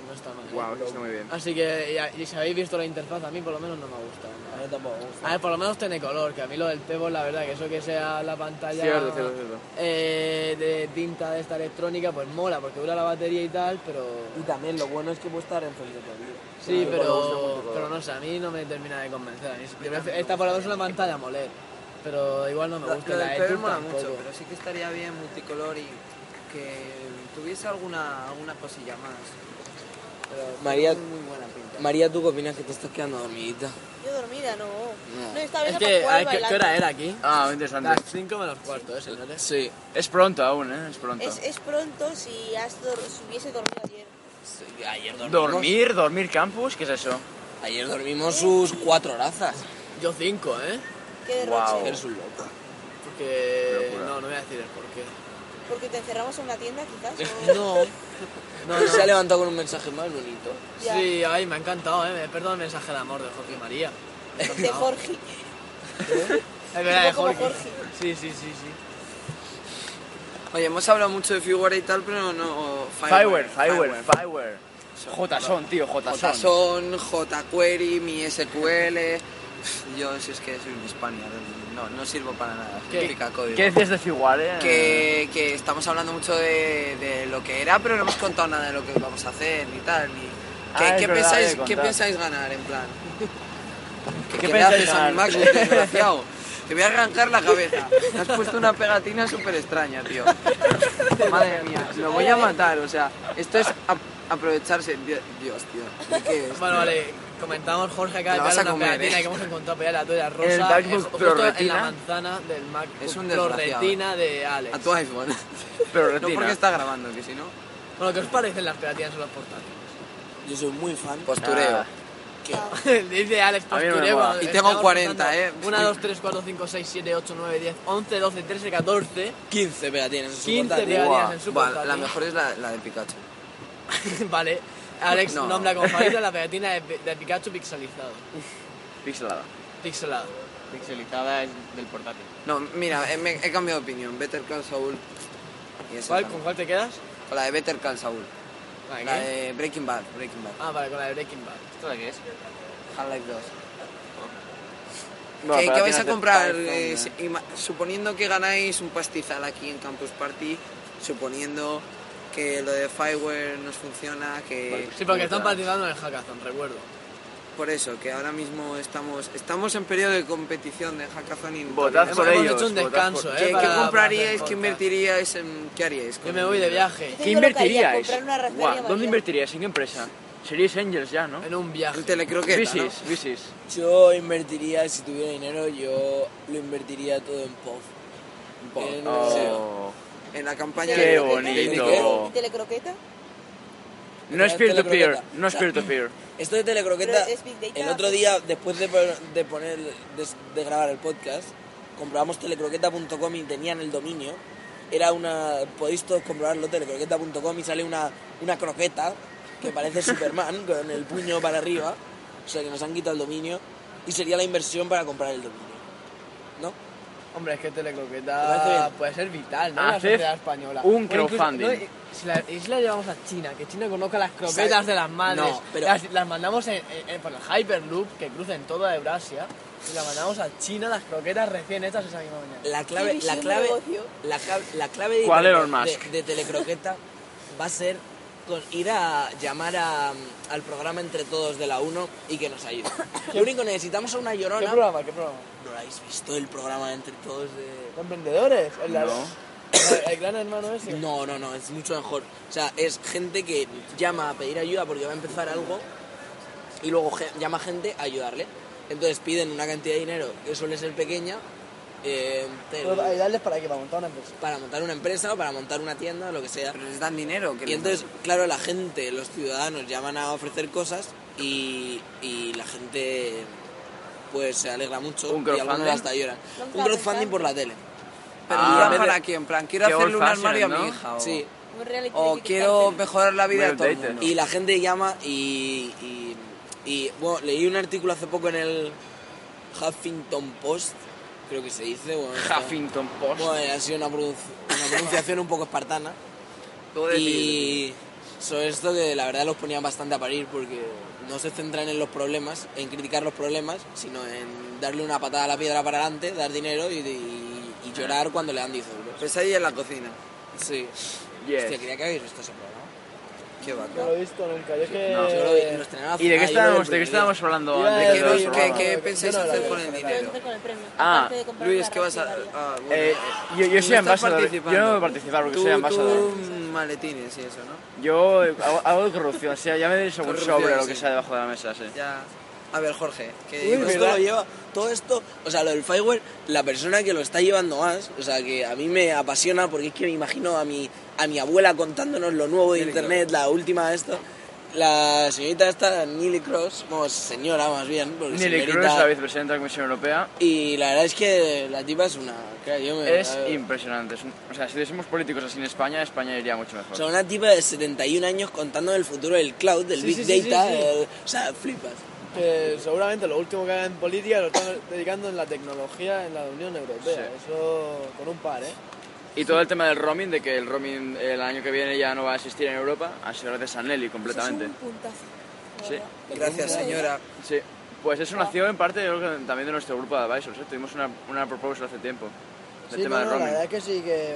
Speaker 2: No está mal.
Speaker 7: Guau, eso está muy bien.
Speaker 2: Así que, y a- y si habéis visto la interfaz, a mí por lo menos no me gusta.
Speaker 4: A mí tampoco me gusta.
Speaker 2: A ver, por lo menos tiene color, que a mí lo del Pebble, la verdad, que eso que sea la pantalla
Speaker 7: Cierto, cierto, cierto.
Speaker 2: eh, de tinta de esta electrónica, pues mola, porque dura la batería y tal, pero...
Speaker 4: Y también lo bueno es que puede estar enfrente todo el día. Yo
Speaker 2: Sí,
Speaker 4: lo uso
Speaker 2: pero,
Speaker 4: mucho todo.
Speaker 2: pero no sé, a mí no me termina de convencer. A mí, yo prefiero- esta por lo menos es una pantalla moler, pero igual no me
Speaker 6: Lo,
Speaker 2: gusta.
Speaker 6: lo del
Speaker 2: la
Speaker 6: Pebble
Speaker 2: Etude
Speaker 6: mola
Speaker 2: tampoco.
Speaker 6: mucho, pero sí que estaría bien multicolor y que tuviese alguna, alguna cosilla más. Pero
Speaker 4: María-
Speaker 6: tiene muy buena pinta.
Speaker 4: María, ¿tú qué opinas que te estás quedando dormidita?
Speaker 3: Yo dormida, no. No, estaba
Speaker 2: Es
Speaker 3: viendo
Speaker 2: que, a
Speaker 3: Pascual
Speaker 2: ver, ¿qué, qué
Speaker 3: bailando.
Speaker 2: hora era aquí?
Speaker 7: Ah, muy interesante.
Speaker 2: Las 5 menos cuarto, ¿eh, señores?
Speaker 4: Sí.
Speaker 7: Es pronto aún, ¿eh? Es pronto.
Speaker 3: Es, es pronto si, has dor- si hubiese dormido ayer.
Speaker 4: Ayer dormimos,
Speaker 7: ¿Dormir? ¿Dormir campus? ¿Qué es eso?
Speaker 4: Ayer dormimos sus 4 horazas.
Speaker 2: Yo 5, ¿eh?
Speaker 3: Qué derroche.
Speaker 7: Guau.
Speaker 4: Eres un loco.
Speaker 2: Porque...
Speaker 7: Locura.
Speaker 2: No, no voy a decir el por qué.
Speaker 3: Porque te encerramos en una tienda, quizás. o-
Speaker 2: No, no,
Speaker 4: No,
Speaker 2: no.
Speaker 4: Se ha levantado con un mensaje más bonito.
Speaker 3: Ya.
Speaker 2: Sí, ay, me ha encantado, eh. Perdón el mensaje de amor de Jorge y María. Me ha
Speaker 3: de
Speaker 2: encantado.
Speaker 3: Jorge.
Speaker 2: Es verdad, de
Speaker 3: Como
Speaker 2: Jorge.
Speaker 3: Jorge.
Speaker 2: Sí, sí, sí, sí.
Speaker 6: Oye, hemos hablado mucho de figura y tal, pero no...
Speaker 7: Fireware, Fireware, Fireware. JSON, tío, JSON.
Speaker 6: JSON, jQuery, mi SQL... Yo, si es que soy un España, no, no sirvo para nada. soy
Speaker 7: ¿Qué-
Speaker 6: pica código.
Speaker 7: ¿Qué decías de Figuar, eh?
Speaker 6: que, que estamos hablando mucho de, de lo que era, pero no hemos contado nada de lo que vamos a hacer ni tal. Ni... ¿Qué,
Speaker 7: Ah, es
Speaker 6: qué
Speaker 7: verdad, hay
Speaker 6: pensáis,
Speaker 7: que
Speaker 6: ¿Qué
Speaker 7: contar.
Speaker 6: pensáis ganar, en plan? ¿Qué, qué
Speaker 7: ¿Qué
Speaker 6: le
Speaker 7: pensáis
Speaker 6: haces a mi
Speaker 7: ganar?
Speaker 6: MacBook, desgraciado? Te voy a arrancar la cabeza. Me has puesto una pegatina súper extraña, tío. Madre mía, lo voy a matar, o sea, esto es a- aprovecharse. Dios, Dios, tío. ¿de ¿Qué es?
Speaker 2: Bueno, vale, comentamos Jorge acá
Speaker 6: Te la
Speaker 2: de
Speaker 6: vas
Speaker 2: pegar
Speaker 6: a
Speaker 2: una
Speaker 6: comer,
Speaker 2: pegatina
Speaker 6: eh.
Speaker 2: que hemos encontrado pegada a la tuya rosa.
Speaker 7: En el MacBook
Speaker 2: es ju-
Speaker 7: Pro
Speaker 2: justo en
Speaker 7: Retina.
Speaker 2: la manzana del MacBook
Speaker 6: Es un
Speaker 2: Pro
Speaker 6: desgraciado. eh.
Speaker 2: Retina de Alex.
Speaker 6: A tu iPhone.
Speaker 7: Pero
Speaker 6: No
Speaker 7: retina.
Speaker 6: porque está grabando, que si no.
Speaker 2: Bueno, ¿qué os parecen las pegatinas en los portátiles?
Speaker 4: Yo soy muy
Speaker 7: Ah.
Speaker 4: fan.
Speaker 7: Postureo.
Speaker 2: Dice Alex
Speaker 7: A mí no me
Speaker 2: postureo.
Speaker 7: mola.
Speaker 2: cuando
Speaker 6: Y
Speaker 2: estamos
Speaker 6: tengo 40,
Speaker 2: contando
Speaker 6: eh.
Speaker 2: 1, 2, 3, 4, 5, 6, 7, 8, 9, 10, 11, 12, 13, 14.
Speaker 4: 15 pegatinas en su
Speaker 2: 15
Speaker 4: portátil.
Speaker 2: pegatinas.
Speaker 6: Buah,
Speaker 2: en su
Speaker 6: buah,
Speaker 2: portátil.
Speaker 6: la mejor es la, la de Pikachu.
Speaker 2: vale. Alex
Speaker 6: No.
Speaker 2: nombra con favorita la pegatina de, de Pikachu pixelizado.
Speaker 7: Pixelada.
Speaker 2: Pixelado.
Speaker 9: Pixelizada es del portátil.
Speaker 6: No, mira, he, me- he cambiado de opinión. Better Call Saul. Y esa
Speaker 2: ¿Cuál,
Speaker 6: también.
Speaker 2: ¿Con cuál te quedas?
Speaker 6: Con la de Better Call Saul.
Speaker 2: La de
Speaker 6: La
Speaker 4: ¿Eh?
Speaker 2: qué?
Speaker 6: de Breaking Bad, Breaking Bad.
Speaker 2: Ah, vale, con la de Breaking Bad.
Speaker 9: ¿Esto de qué es?
Speaker 6: Half-Life 2.
Speaker 7: Bueno,
Speaker 6: ¿Qué,
Speaker 7: para
Speaker 6: qué
Speaker 7: ti
Speaker 6: vais
Speaker 7: no
Speaker 6: a
Speaker 7: te-
Speaker 6: comprar?
Speaker 7: iPhone,
Speaker 6: eh,
Speaker 7: eh.
Speaker 6: si- ima- suponiendo que ganáis un pastizal aquí en Campus Party, suponiendo que que lo de Fireware nos funciona, que...
Speaker 2: Sí, porque están participando en el hackathon, recuerdo.
Speaker 6: Por eso, que ahora mismo estamos estamos en periodo de competición de Hackathon y...
Speaker 7: Votad
Speaker 6: Hemos-
Speaker 7: por
Speaker 6: hemos
Speaker 7: ellos,
Speaker 6: hecho un
Speaker 7: votad
Speaker 6: descanso,
Speaker 7: por-
Speaker 6: ¿eh?
Speaker 7: ¿Qué-
Speaker 6: ¿Qué,
Speaker 7: para- para
Speaker 6: compraríais?
Speaker 2: hacer
Speaker 6: ¿Qué
Speaker 2: podcast.
Speaker 6: invertiríais? en- ¿Qué haríais?
Speaker 2: Yo
Speaker 6: con
Speaker 2: me
Speaker 6: el
Speaker 2: voy de
Speaker 6: dinero?
Speaker 2: viaje,
Speaker 7: ¿Qué
Speaker 3: lo que haría,
Speaker 7: invertiríais?
Speaker 3: comprar una raspberry
Speaker 7: Buah,
Speaker 3: amarilla.
Speaker 7: ¿Dónde invertiríais? ¿En qué empresa? Series Angels ya, ¿no?
Speaker 2: en un viaje.
Speaker 6: El telecroqueta, ¿no?
Speaker 7: Visis, Visis.
Speaker 4: Yo invertiría, si tuviera dinero, yo lo invertiría todo en POV. En-
Speaker 7: Oh,
Speaker 6: En la campaña
Speaker 7: Qué
Speaker 6: de...
Speaker 7: bonito.
Speaker 3: ¿Y telecroqueta?
Speaker 7: No es peer-to-peer,
Speaker 4: Telecroqueta.
Speaker 7: no es peer-to-peer.
Speaker 4: Esto de telecroqueta,
Speaker 3: Pero es Big Data.
Speaker 4: el otro día, después de, pon- de poner de, de grabar el podcast, comprobamos telecroqueta.com y tenían el dominio. Era una. Podéis todos comprobarlo, telecroqueta.com y sale una, una croqueta que parece Superman con el puño para arriba. O sea que nos han quitado el dominio y sería la inversión para comprar el dominio. ¿No?
Speaker 2: Hombre, es que
Speaker 4: Me parece
Speaker 2: telecroqueta
Speaker 4: bien.
Speaker 2: puede ser vital, ¿no? en
Speaker 7: Haced
Speaker 2: la sociedad española.
Speaker 7: un
Speaker 2: Bueno, incluso-
Speaker 7: crowdfunding.
Speaker 2: no, y- si la, y si la llevamos a China, que China conozca las croquetas
Speaker 4: ¿Sabe?
Speaker 2: de las madres.
Speaker 4: No, pero-
Speaker 2: las, las mandamos en- en- en- por el Hyperloop, que crucen toda Eurasia, y las mandamos a China las croquetas recién hechas esa misma mañana.
Speaker 4: La
Speaker 3: Qué
Speaker 4: clave, la
Speaker 3: visión de
Speaker 4: clave,
Speaker 3: negocio.
Speaker 4: la, ca- la clave de,
Speaker 7: ¿Cuál
Speaker 4: de-
Speaker 7: Elon
Speaker 4: de-
Speaker 7: Musk?
Speaker 4: de Telecroqueta va a ser con ir a llamar a, al programa Entre Todos de la 1 y que nos ayude. Lo único necesitamos a una
Speaker 2: ¿Qué
Speaker 4: llorona.
Speaker 2: programa? ¿Qué programa?
Speaker 4: ¿No habéis visto el programa Entre Todos eh, de.?
Speaker 2: ¿De emprendedores? ¿El, la-
Speaker 7: No.
Speaker 2: el gran hermano ese?
Speaker 4: No, no, no, es mucho mejor. O sea, es gente que llama a pedir ayuda porque va a empezar algo y luego ge- llama a gente a ayudarle. Entonces piden una cantidad de dinero que suele ser pequeña. eh, te-
Speaker 2: Pero ayudarles para que para montar una empresa.
Speaker 4: para montar una empresa o para montar una tienda o lo que sea.
Speaker 6: Pero les dan dinero. Que
Speaker 4: Y
Speaker 6: les
Speaker 4: entonces, claro, la gente, los ciudadanos llaman a ofrecer cosas y, y la gente pues se alegra mucho
Speaker 7: ¿Un
Speaker 4: y algunos
Speaker 7: crowdfunding?
Speaker 4: hasta lloran.
Speaker 3: Nunca
Speaker 4: Un crowdfunding por la tele.
Speaker 6: Pero
Speaker 7: Ah,
Speaker 6: ya
Speaker 7: vale.
Speaker 6: para qué, en plan, quiero
Speaker 7: Qué
Speaker 6: hacerle un
Speaker 7: old-fashioned,
Speaker 6: armario a
Speaker 7: ¿no?
Speaker 6: mi hija. O,
Speaker 4: Sí.
Speaker 3: Un reality
Speaker 4: Oh,
Speaker 6: o
Speaker 3: de
Speaker 6: quiero
Speaker 3: Kickstarter.
Speaker 6: mejorar la vida de
Speaker 7: Well
Speaker 6: todo el
Speaker 7: dated.
Speaker 6: mundo.
Speaker 4: Y la gente llama y, y- y, bueno, leí un artículo hace poco en el Huffington Post, creo que se dice. Bueno, está-
Speaker 7: Huffington Post.
Speaker 4: Bueno, ha sido una, pronunci- una pronunciación un poco espartana.
Speaker 6: Todo decidido.
Speaker 4: Y sobre esto que la verdad los ponían bastante a parir porque no se centran en los problemas, en criticar los problemas, sino en darle una patada a la piedra para adelante, dar dinero y, y- y llorar cuando le dan 10 euros.
Speaker 6: Pesadilla "Pues en la cocina.
Speaker 4: Sí.
Speaker 7: Yes.
Speaker 4: Hostia, creía que habéis visto ese programa.
Speaker 6: Qué
Speaker 2: No
Speaker 6: vaca.
Speaker 2: lo he visto nunca. Yo es que...
Speaker 7: No.
Speaker 4: Yo lo vi, lo estrenaron hace
Speaker 7: Eh,
Speaker 2: Ah,
Speaker 7: ¿Y de
Speaker 4: nada, yo lo vi
Speaker 7: qué
Speaker 4: el
Speaker 7: estábamos, de qué
Speaker 4: primer día.
Speaker 7: estábamos hablando
Speaker 2: Iba a
Speaker 7: antes
Speaker 6: ¿Qué,
Speaker 2: decir
Speaker 7: de todo el
Speaker 6: qué,
Speaker 2: que-
Speaker 7: programa?
Speaker 6: qué
Speaker 2: no,
Speaker 6: pensáis
Speaker 2: yo no la
Speaker 6: hacer
Speaker 2: veo,
Speaker 6: con el
Speaker 3: ¿Qué vas a
Speaker 6: dinero?
Speaker 3: hacer con el premio?
Speaker 7: Ah,
Speaker 3: Aparte de comprar
Speaker 6: Luis,
Speaker 3: una
Speaker 6: ¿qué vas a...?
Speaker 3: raspberry amarilla.
Speaker 6: ah, bueno,
Speaker 7: Eh,
Speaker 6: eh,
Speaker 7: yo,
Speaker 6: tú
Speaker 7: yo soy
Speaker 6: no estás
Speaker 7: ambasador. Yo
Speaker 6: participando.
Speaker 7: no voy a participar porque
Speaker 6: Tú-
Speaker 7: soy ambasador.
Speaker 6: Tú mm, maletines y eso, ¿no?
Speaker 7: Yo eh, hago, hago de corrupción, o sea, ya me diréis algún
Speaker 6: Corrupción,
Speaker 7: sobre lo que
Speaker 6: sí.
Speaker 7: sea debajo de la mesa, sí.
Speaker 6: Ya. A ver, Jorge, ¿qué
Speaker 4: Todo
Speaker 6: ibas-
Speaker 4: esto lo lleva, todo esto, o sea, lo del fireware, la persona que lo está llevando más, o sea, que a mí me apasiona porque es que me imagino a mi, a mi abuela contándonos lo nuevo de
Speaker 6: Nelly
Speaker 4: internet, la última de esto. La señorita esta, Neely Cross, bueno, señora más bien, porque
Speaker 7: Nelly
Speaker 4: señorita-
Speaker 7: Cruz, la vicepresidenta de la Comisión Europea,
Speaker 4: Y la verdad es que la tipa es una, claro, yo me-
Speaker 7: es impresionante. es un- o sea, si tuviésemos políticos así en España, España iría mucho
Speaker 4: o
Speaker 7: mejor.
Speaker 4: sea, una tipa de 71 años contando el futuro del cloud, del
Speaker 2: Sí,
Speaker 4: big
Speaker 2: sí, sí, sí,
Speaker 4: data,
Speaker 2: sí.
Speaker 4: el- o sea, flipas.
Speaker 2: Que seguramente lo último que hagan en política lo están dedicando en la tecnología en la Unión Europea. Eso con un par, ¿eh?
Speaker 7: Y todo el tema del roaming, de que el roaming eh, el año que viene ya no va a existir en Europa, ha sido gracias a
Speaker 3: Eso
Speaker 7: Nelly
Speaker 3: es
Speaker 7: completamente.
Speaker 3: un puntazo. la
Speaker 7: Sí.
Speaker 3: verdad.
Speaker 6: Gracias, señora.
Speaker 7: Sí, pues eso nació en parte yo creo que también de nuestro grupo de advisors, ¿eh? tuvimos una, una proposal hace tiempo del
Speaker 2: Sí,
Speaker 7: tema
Speaker 2: no,
Speaker 7: del
Speaker 2: no, la
Speaker 7: roaming.
Speaker 2: verdad es que sí que...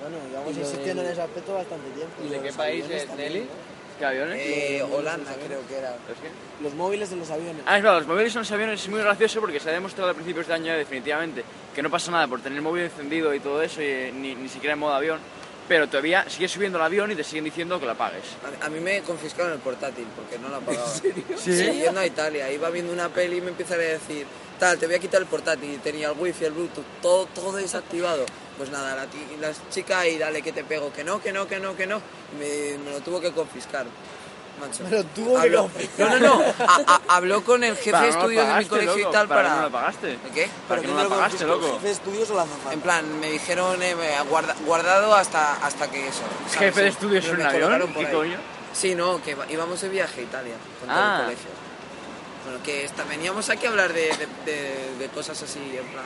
Speaker 2: Bueno, llevamos insistiendo en ese aspecto bastante tiempo.
Speaker 9: ¿Y de qué
Speaker 2: Los
Speaker 9: país
Speaker 2: aviones
Speaker 9: es
Speaker 2: también,
Speaker 9: Nelly?
Speaker 2: ¿no?
Speaker 7: ¿Qué aviones?
Speaker 6: Eh, Holanda, creo que era.
Speaker 7: ¿Es que?
Speaker 4: Los móviles de los aviones.
Speaker 7: Ah, es verdad, los móviles son los aviones es muy gracioso porque se ha demostrado a principios de año definitivamente que no pasa nada por tener el móvil encendido y todo eso, y, eh, ni, ni siquiera en modo avión, pero todavía sigues subiendo el avión y te siguen diciendo que la pagues.
Speaker 6: A, a mí me confiscaron el portátil porque no la pagaba. Sí, yendo a Italia, iba viendo una peli y me empiezan a decir, tal, te voy a quitar el portátil, y tenía el wifi, el bluetooth, todo, todo desactivado. Pues nada, la, ti- la chica ahí, dale que te pego, que no, que no, que no, que no, y me, me lo tuvo que confiscar. Macho.
Speaker 2: Me lo tuvo que
Speaker 6: Habló- No,
Speaker 2: confiscar.
Speaker 6: no, no, a- a- habló con el jefe
Speaker 7: Para,
Speaker 6: de
Speaker 7: no lo
Speaker 6: estudios de mi
Speaker 7: pagaste,
Speaker 6: colegio
Speaker 7: loco,
Speaker 6: y tal
Speaker 7: para
Speaker 6: para...
Speaker 7: que no la pagaste.
Speaker 6: ¿El ¿Qué?
Speaker 7: Para que no la pagaste, loco.
Speaker 4: ¿Jefe de estudios o la azafata?
Speaker 6: En plan, me dijeron eh, guarda- guardado hasta, hasta que eso. ¿sabes?
Speaker 7: Jefe de
Speaker 6: Sí,
Speaker 7: estudios
Speaker 6: pero
Speaker 7: en un
Speaker 6: me
Speaker 7: avión,
Speaker 6: colocaron por
Speaker 7: ¿qué
Speaker 6: ahí.
Speaker 7: coño?
Speaker 6: Sí, no, que va- íbamos de viaje a Italia con
Speaker 7: Ah.
Speaker 6: todo el colegio. Bueno, que esta- veníamos aquí a hablar de, de- de- de cosas así, en plan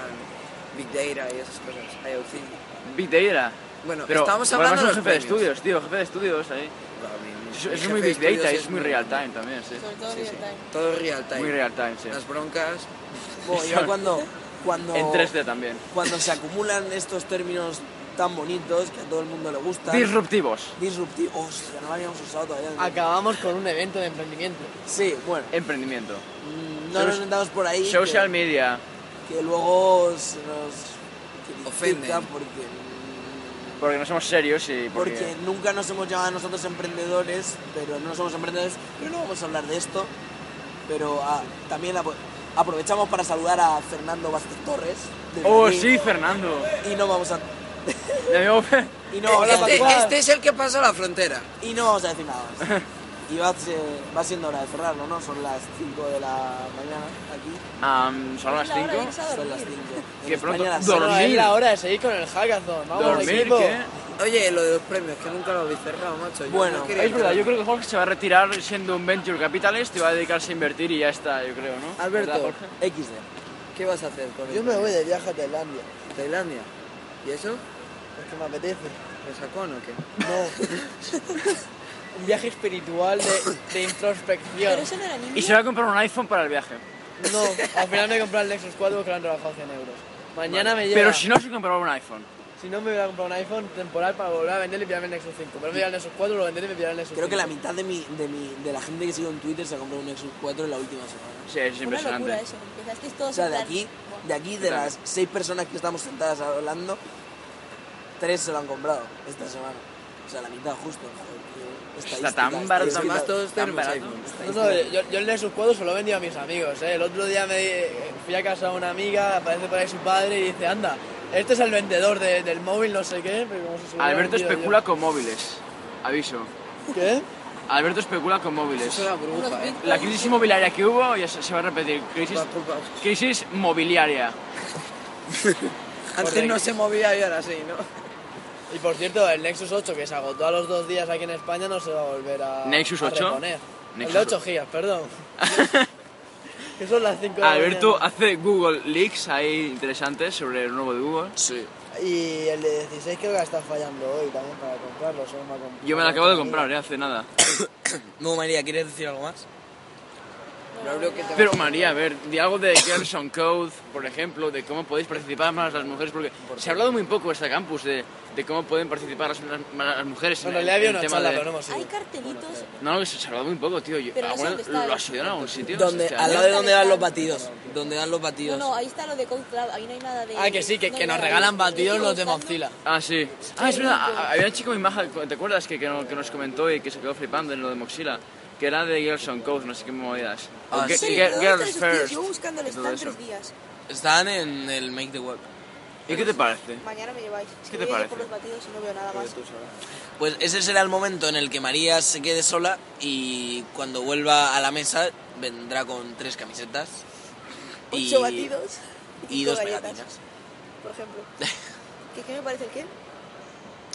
Speaker 6: Big Data y esas cosas, IoT.
Speaker 7: Viteira.
Speaker 6: Bueno,
Speaker 7: pero
Speaker 6: estábamos
Speaker 7: volvamos
Speaker 6: hablando de
Speaker 7: a
Speaker 6: los
Speaker 7: un jefe de
Speaker 6: premios.
Speaker 7: estudios, tío, jefe de estudios ahí. Eso, eso es muy big data, y es muy real time también, sí.
Speaker 3: Sobre todo
Speaker 6: Sí, sí.
Speaker 3: real time.
Speaker 6: Todo real time.
Speaker 7: Muy real time, sí.
Speaker 6: Las broncas.
Speaker 4: Bueno, yo cuando, cuando,
Speaker 7: En 3D también.
Speaker 4: cuando se acumulan estos términos tan bonitos, que a todo el mundo le gustan.
Speaker 7: Disruptivos.
Speaker 4: Disruptivos. Hostia, no lo habíamos usado todavía.
Speaker 2: Acabamos con un evento de emprendimiento.
Speaker 4: Sí, bueno.
Speaker 7: Emprendimiento.
Speaker 4: mm, No nos
Speaker 7: Sos-
Speaker 4: sentamos por ahí. que-
Speaker 7: Social media.
Speaker 4: que luego se nos
Speaker 6: Ofenden.
Speaker 4: ofendan porque,
Speaker 7: Porque no somos serios y porque...
Speaker 4: porque nunca nos hemos llamado a nosotros emprendedores, pero no somos emprendedores, pero no vamos a hablar de esto. Pero ah, también apro- aprovechamos para saludar a Fernando Vázquez Torres. de
Speaker 7: Oh,
Speaker 4: Madrid,
Speaker 7: sí, Fernando.
Speaker 4: Y no vamos a.
Speaker 7: Mi amigo Fer-
Speaker 4: Y no, vamos a-
Speaker 6: este, este es el que pasó la frontera.
Speaker 4: y no vamos a decir nada más. Y va, se- va siendo hora de cerrarlo, ¿no? Son las 5 de la mañana aquí.
Speaker 7: Am, son
Speaker 3: Es
Speaker 7: las
Speaker 3: la hora de
Speaker 7: 5.
Speaker 3: irse a
Speaker 4: Son las
Speaker 3: dormir.
Speaker 4: 5. En
Speaker 7: Qué
Speaker 4: España
Speaker 7: pronto.
Speaker 4: las
Speaker 7: Dormir.
Speaker 2: Bueno, es la hora de seguir con el hackathon. Vamos,
Speaker 7: ¿Dormir
Speaker 2: equipo.
Speaker 7: qué?
Speaker 6: Oye, lo de los premios, que nunca lo habéis cerrado, macho. Yo
Speaker 4: Bueno,
Speaker 6: no quería
Speaker 7: Es verdad,
Speaker 6: entrar.
Speaker 7: yo creo que Jorge se va a retirar siendo un venture capitalist y va a dedicarse a invertir y ya está, yo creo, ¿no? ¿Verdad,
Speaker 6: Alberto,
Speaker 7: Jorge?
Speaker 4: XD.
Speaker 6: ¿qué vas a hacer con
Speaker 2: Yo me voy de viaje a Tailandia.
Speaker 6: Tailandia. ¿Y eso?
Speaker 2: Es que me apetece.
Speaker 6: ¿Resacón o qué?
Speaker 2: Un viaje espiritual de, de
Speaker 3: Pero
Speaker 2: introspección.
Speaker 3: eso no era
Speaker 7: Y
Speaker 3: niño.
Speaker 7: se va a comprar un iPhone para el viaje.
Speaker 2: No, al final me he comprado el Nexus 4 porque lo han rebajado 100 euros. Mañana me llega.
Speaker 7: Pero si no, se comprará un iPhone.
Speaker 2: Si no, me voy a comprar un iPhone temporal para volver a vender y pillarme el Nexus 5. Pero me voy al Nexus 4, lo venderé y me pillaré el Nexus
Speaker 4: Creo
Speaker 2: 5.
Speaker 4: que la mitad de, mi, de, mi, de la gente que sigo en Twitter se ha comprado un Nexus 4 en la última semana.
Speaker 7: Sí, es
Speaker 3: Una locura
Speaker 7: impresionante.
Speaker 3: eso. Empezasteis todos
Speaker 4: O sea,
Speaker 3: en
Speaker 4: de
Speaker 3: plan-
Speaker 4: aquí,
Speaker 3: Buah.
Speaker 4: de aquí, de las seis personas que estamos sentadas hablando, tres se lo han comprado esta semana. O sea, la mitad justo. joder, qué
Speaker 7: Está
Speaker 4: estadística,
Speaker 7: tan barato,
Speaker 4: estadística.
Speaker 6: Además,
Speaker 7: tan
Speaker 6: todos tenemos
Speaker 7: barato.
Speaker 6: iPhone.
Speaker 2: No, no, yo, yo el Nexus 4 se lo he vendido a mis amigos. ¿eh? El otro día me eh, fui a casa de una amiga, aparece por ahí su padre y dice: Anda, este es el vendedor de- del móvil, no sé qué. Pero como si se lo hubiera
Speaker 7: Alberto
Speaker 2: vendido
Speaker 7: especula con móviles. Aviso.
Speaker 2: yo. ¿Qué?
Speaker 7: Alberto especula con móviles.
Speaker 6: Es una burbuja, ¿eh?
Speaker 7: La crisis mobiliaria que hubo ya se se va a repetir. Crisis, crisis mobiliaria.
Speaker 6: Antes no se movía y ahora sí, ¿no?
Speaker 2: Y por cierto, el Nexus 8 que se agotó a los dos días aquí en España no se va a volver a.
Speaker 7: ¿Nexus
Speaker 2: a
Speaker 7: 8?
Speaker 2: reponer. El
Speaker 7: Nexus
Speaker 2: de 8 gigas, perdón. que son las 5 de la
Speaker 7: Alberto
Speaker 2: mañana.
Speaker 7: hace Google Leaks ahí interesantes sobre el nuevo de Google.
Speaker 4: Sí.
Speaker 2: Y el de 16 creo que está fallando hoy también para comprarlo. solo me ha comprado-
Speaker 7: Yo me lo acabo de comprar, ¿eh? hace nada.
Speaker 4: No, María, ¿quieres decir algo más?
Speaker 7: Pero María, a ver, di algo de Girls on Code, por ejemplo, de cómo podéis participar más las mujeres, porque se ha hablado muy poco en este campus de, de cómo pueden participar las, las- las mujeres en,
Speaker 2: Bueno,
Speaker 7: el,
Speaker 2: le había
Speaker 7: en el
Speaker 2: una
Speaker 7: tema
Speaker 2: charla,
Speaker 7: de...
Speaker 2: pero no hemos ido.
Speaker 3: Hay cartelitos.
Speaker 7: No, se ha hablado muy poco, tío. Yo,
Speaker 3: Pero no sé
Speaker 7: ¿alguna-
Speaker 3: dónde está
Speaker 7: ¿Lo
Speaker 3: el-
Speaker 7: has oído en algún sitio?
Speaker 4: Donde,
Speaker 7: este
Speaker 4: al
Speaker 7: año?
Speaker 4: lado de donde dan los batidos. Donde dan los
Speaker 3: No,
Speaker 4: batidos.
Speaker 3: no, ahí está lo de Code Cloud. Ahí no hay nada de.
Speaker 2: Ah, que sí, que,
Speaker 3: no
Speaker 2: que
Speaker 3: hay
Speaker 2: nos
Speaker 3: nada
Speaker 2: regalan
Speaker 3: de-
Speaker 2: batidos los de
Speaker 3: buscando.
Speaker 2: Mozilla.
Speaker 7: Ah, sí. Ah, es verdad. a- Había un chico muy maja, ¿te acuerdas? Que, que, no- que nos comentó y que se quedó flipando en lo de Moxila. Que era de Girls on Code, no sé qué movidas. O
Speaker 6: Ah,
Speaker 7: Ge-
Speaker 3: Sí, ¿dónde
Speaker 7: Ge-
Speaker 3: están
Speaker 7: Girls
Speaker 3: esos tíos?
Speaker 7: First.
Speaker 3: Yo buscando el
Speaker 7: y todo
Speaker 3: stand
Speaker 7: eso.
Speaker 3: tres días.
Speaker 4: Están en el Make the Web.
Speaker 7: ¿Y qué te parece?
Speaker 3: Mañana me lleváis. Es
Speaker 7: ¿Qué
Speaker 3: que
Speaker 7: te
Speaker 3: voy a ir
Speaker 7: parece?
Speaker 3: por los batidos y no veo nada más.
Speaker 4: Pues ese será el momento en el que María se quede sola y cuando vuelva a la mesa vendrá con tres camisetas. y-
Speaker 3: Ocho batidos.
Speaker 4: Y
Speaker 3: cinco
Speaker 4: dos
Speaker 3: galletas,
Speaker 4: pegatinas.
Speaker 3: Por ejemplo. ¿Qué, qué me parece el qué?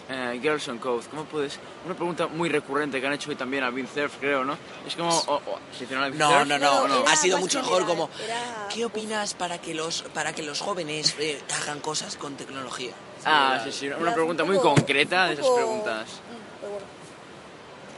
Speaker 7: Eh, Girls on Code, ¿cómo puedes? Una pregunta muy recurrente que han hecho hoy también a Vincerf, creo, ¿no? Es como. o- o- ¿Se hicieron a
Speaker 4: No,
Speaker 7: Vincerf?
Speaker 4: no, no,
Speaker 3: No, no,
Speaker 4: Ha
Speaker 3: era
Speaker 4: sido
Speaker 3: más
Speaker 4: mucho
Speaker 3: general,
Speaker 4: mejor como.
Speaker 3: era-
Speaker 4: ¿Qué opinas para que los para que los jóvenes eh, hagan cosas con tecnología?
Speaker 7: Ah, sí, sí,
Speaker 3: Era
Speaker 7: una pregunta
Speaker 3: un
Speaker 7: muy
Speaker 3: poco-
Speaker 7: concreta de
Speaker 3: un
Speaker 7: esas
Speaker 3: poco-
Speaker 7: preguntas.
Speaker 3: Mm, pero bueno.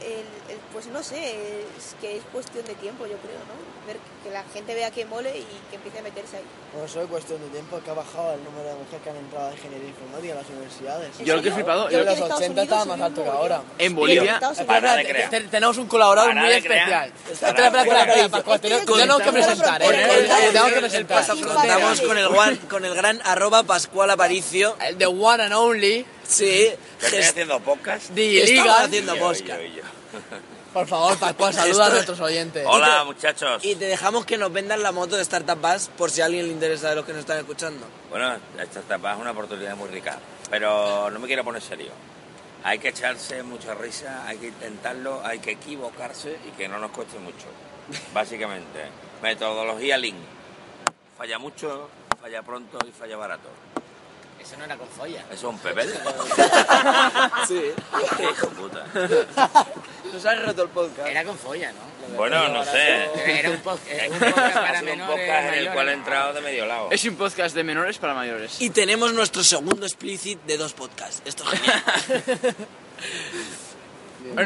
Speaker 3: El- el- pues no sé, es que es cuestión de tiempo, yo creo, ¿no? Ver que la gente vea que mole y que empiece a meterse ahí.
Speaker 2: Bueno, solo cuestión de tiempo que ha bajado el número de mujeres que han entrado a ingeniería informática en las universidades.
Speaker 7: Yo lo que he flipado.
Speaker 2: Yo
Speaker 7: yo-
Speaker 2: en los
Speaker 3: en Estados
Speaker 2: 80 estaba
Speaker 3: Unidos
Speaker 2: más alto que
Speaker 3: subió un
Speaker 2: ahora.
Speaker 3: mogollón.
Speaker 7: En Bolivia.
Speaker 3: Estados Unidos-
Speaker 2: Espera, espera, te- te- tenemos un colaborador muy especial. Espera, espera, espera, espera, Pascual, te- te tenemos que presentar, ¿eh?
Speaker 4: Poner
Speaker 2: Te- te
Speaker 4: el-
Speaker 2: Tenemos que
Speaker 4: el
Speaker 2: presentar.
Speaker 3: Pues
Speaker 4: Contamos con el guan- con el gran arroba Pascual Aparicio.
Speaker 2: El The One and Only,
Speaker 4: Sí,
Speaker 10: ¿Estoy
Speaker 4: gest-
Speaker 10: haciendo pocas?
Speaker 2: The
Speaker 4: estamos
Speaker 2: Liga.
Speaker 4: haciendo posca.
Speaker 2: Por favor, Pascual, saluda a nuestros oyentes.
Speaker 10: Hola, muchachos.
Speaker 4: Y te dejamos que nos vendan la moto de Startup Bus por si a alguien le interesa de los que nos están escuchando.
Speaker 10: Bueno, esta etapa es una oportunidad muy rica, pero no me quiero poner serio. Hay que echarse mucha risa, hay que intentarlo, hay que equivocarse y que no nos cueste mucho, básicamente. Metodología Lean. Falla mucho, falla pronto y falla barato.
Speaker 9: Eso no era con folla.
Speaker 10: Eso es un pebel.
Speaker 6: Sí.
Speaker 10: Qué hijo de puta.
Speaker 6: Nos has roto el podcast.
Speaker 9: Era con folla, ¿no?
Speaker 10: Bueno, no sé.
Speaker 9: Era un podcast,
Speaker 10: Ha
Speaker 9: un
Speaker 10: sido un
Speaker 9: podcast para menores.
Speaker 10: podcast en el
Speaker 9: mayores.
Speaker 10: cual he entrado de medio lado.
Speaker 7: Es un podcast de menores para mayores.
Speaker 4: Y tenemos nuestro segundo explicit de dos podcasts. Esto es genial.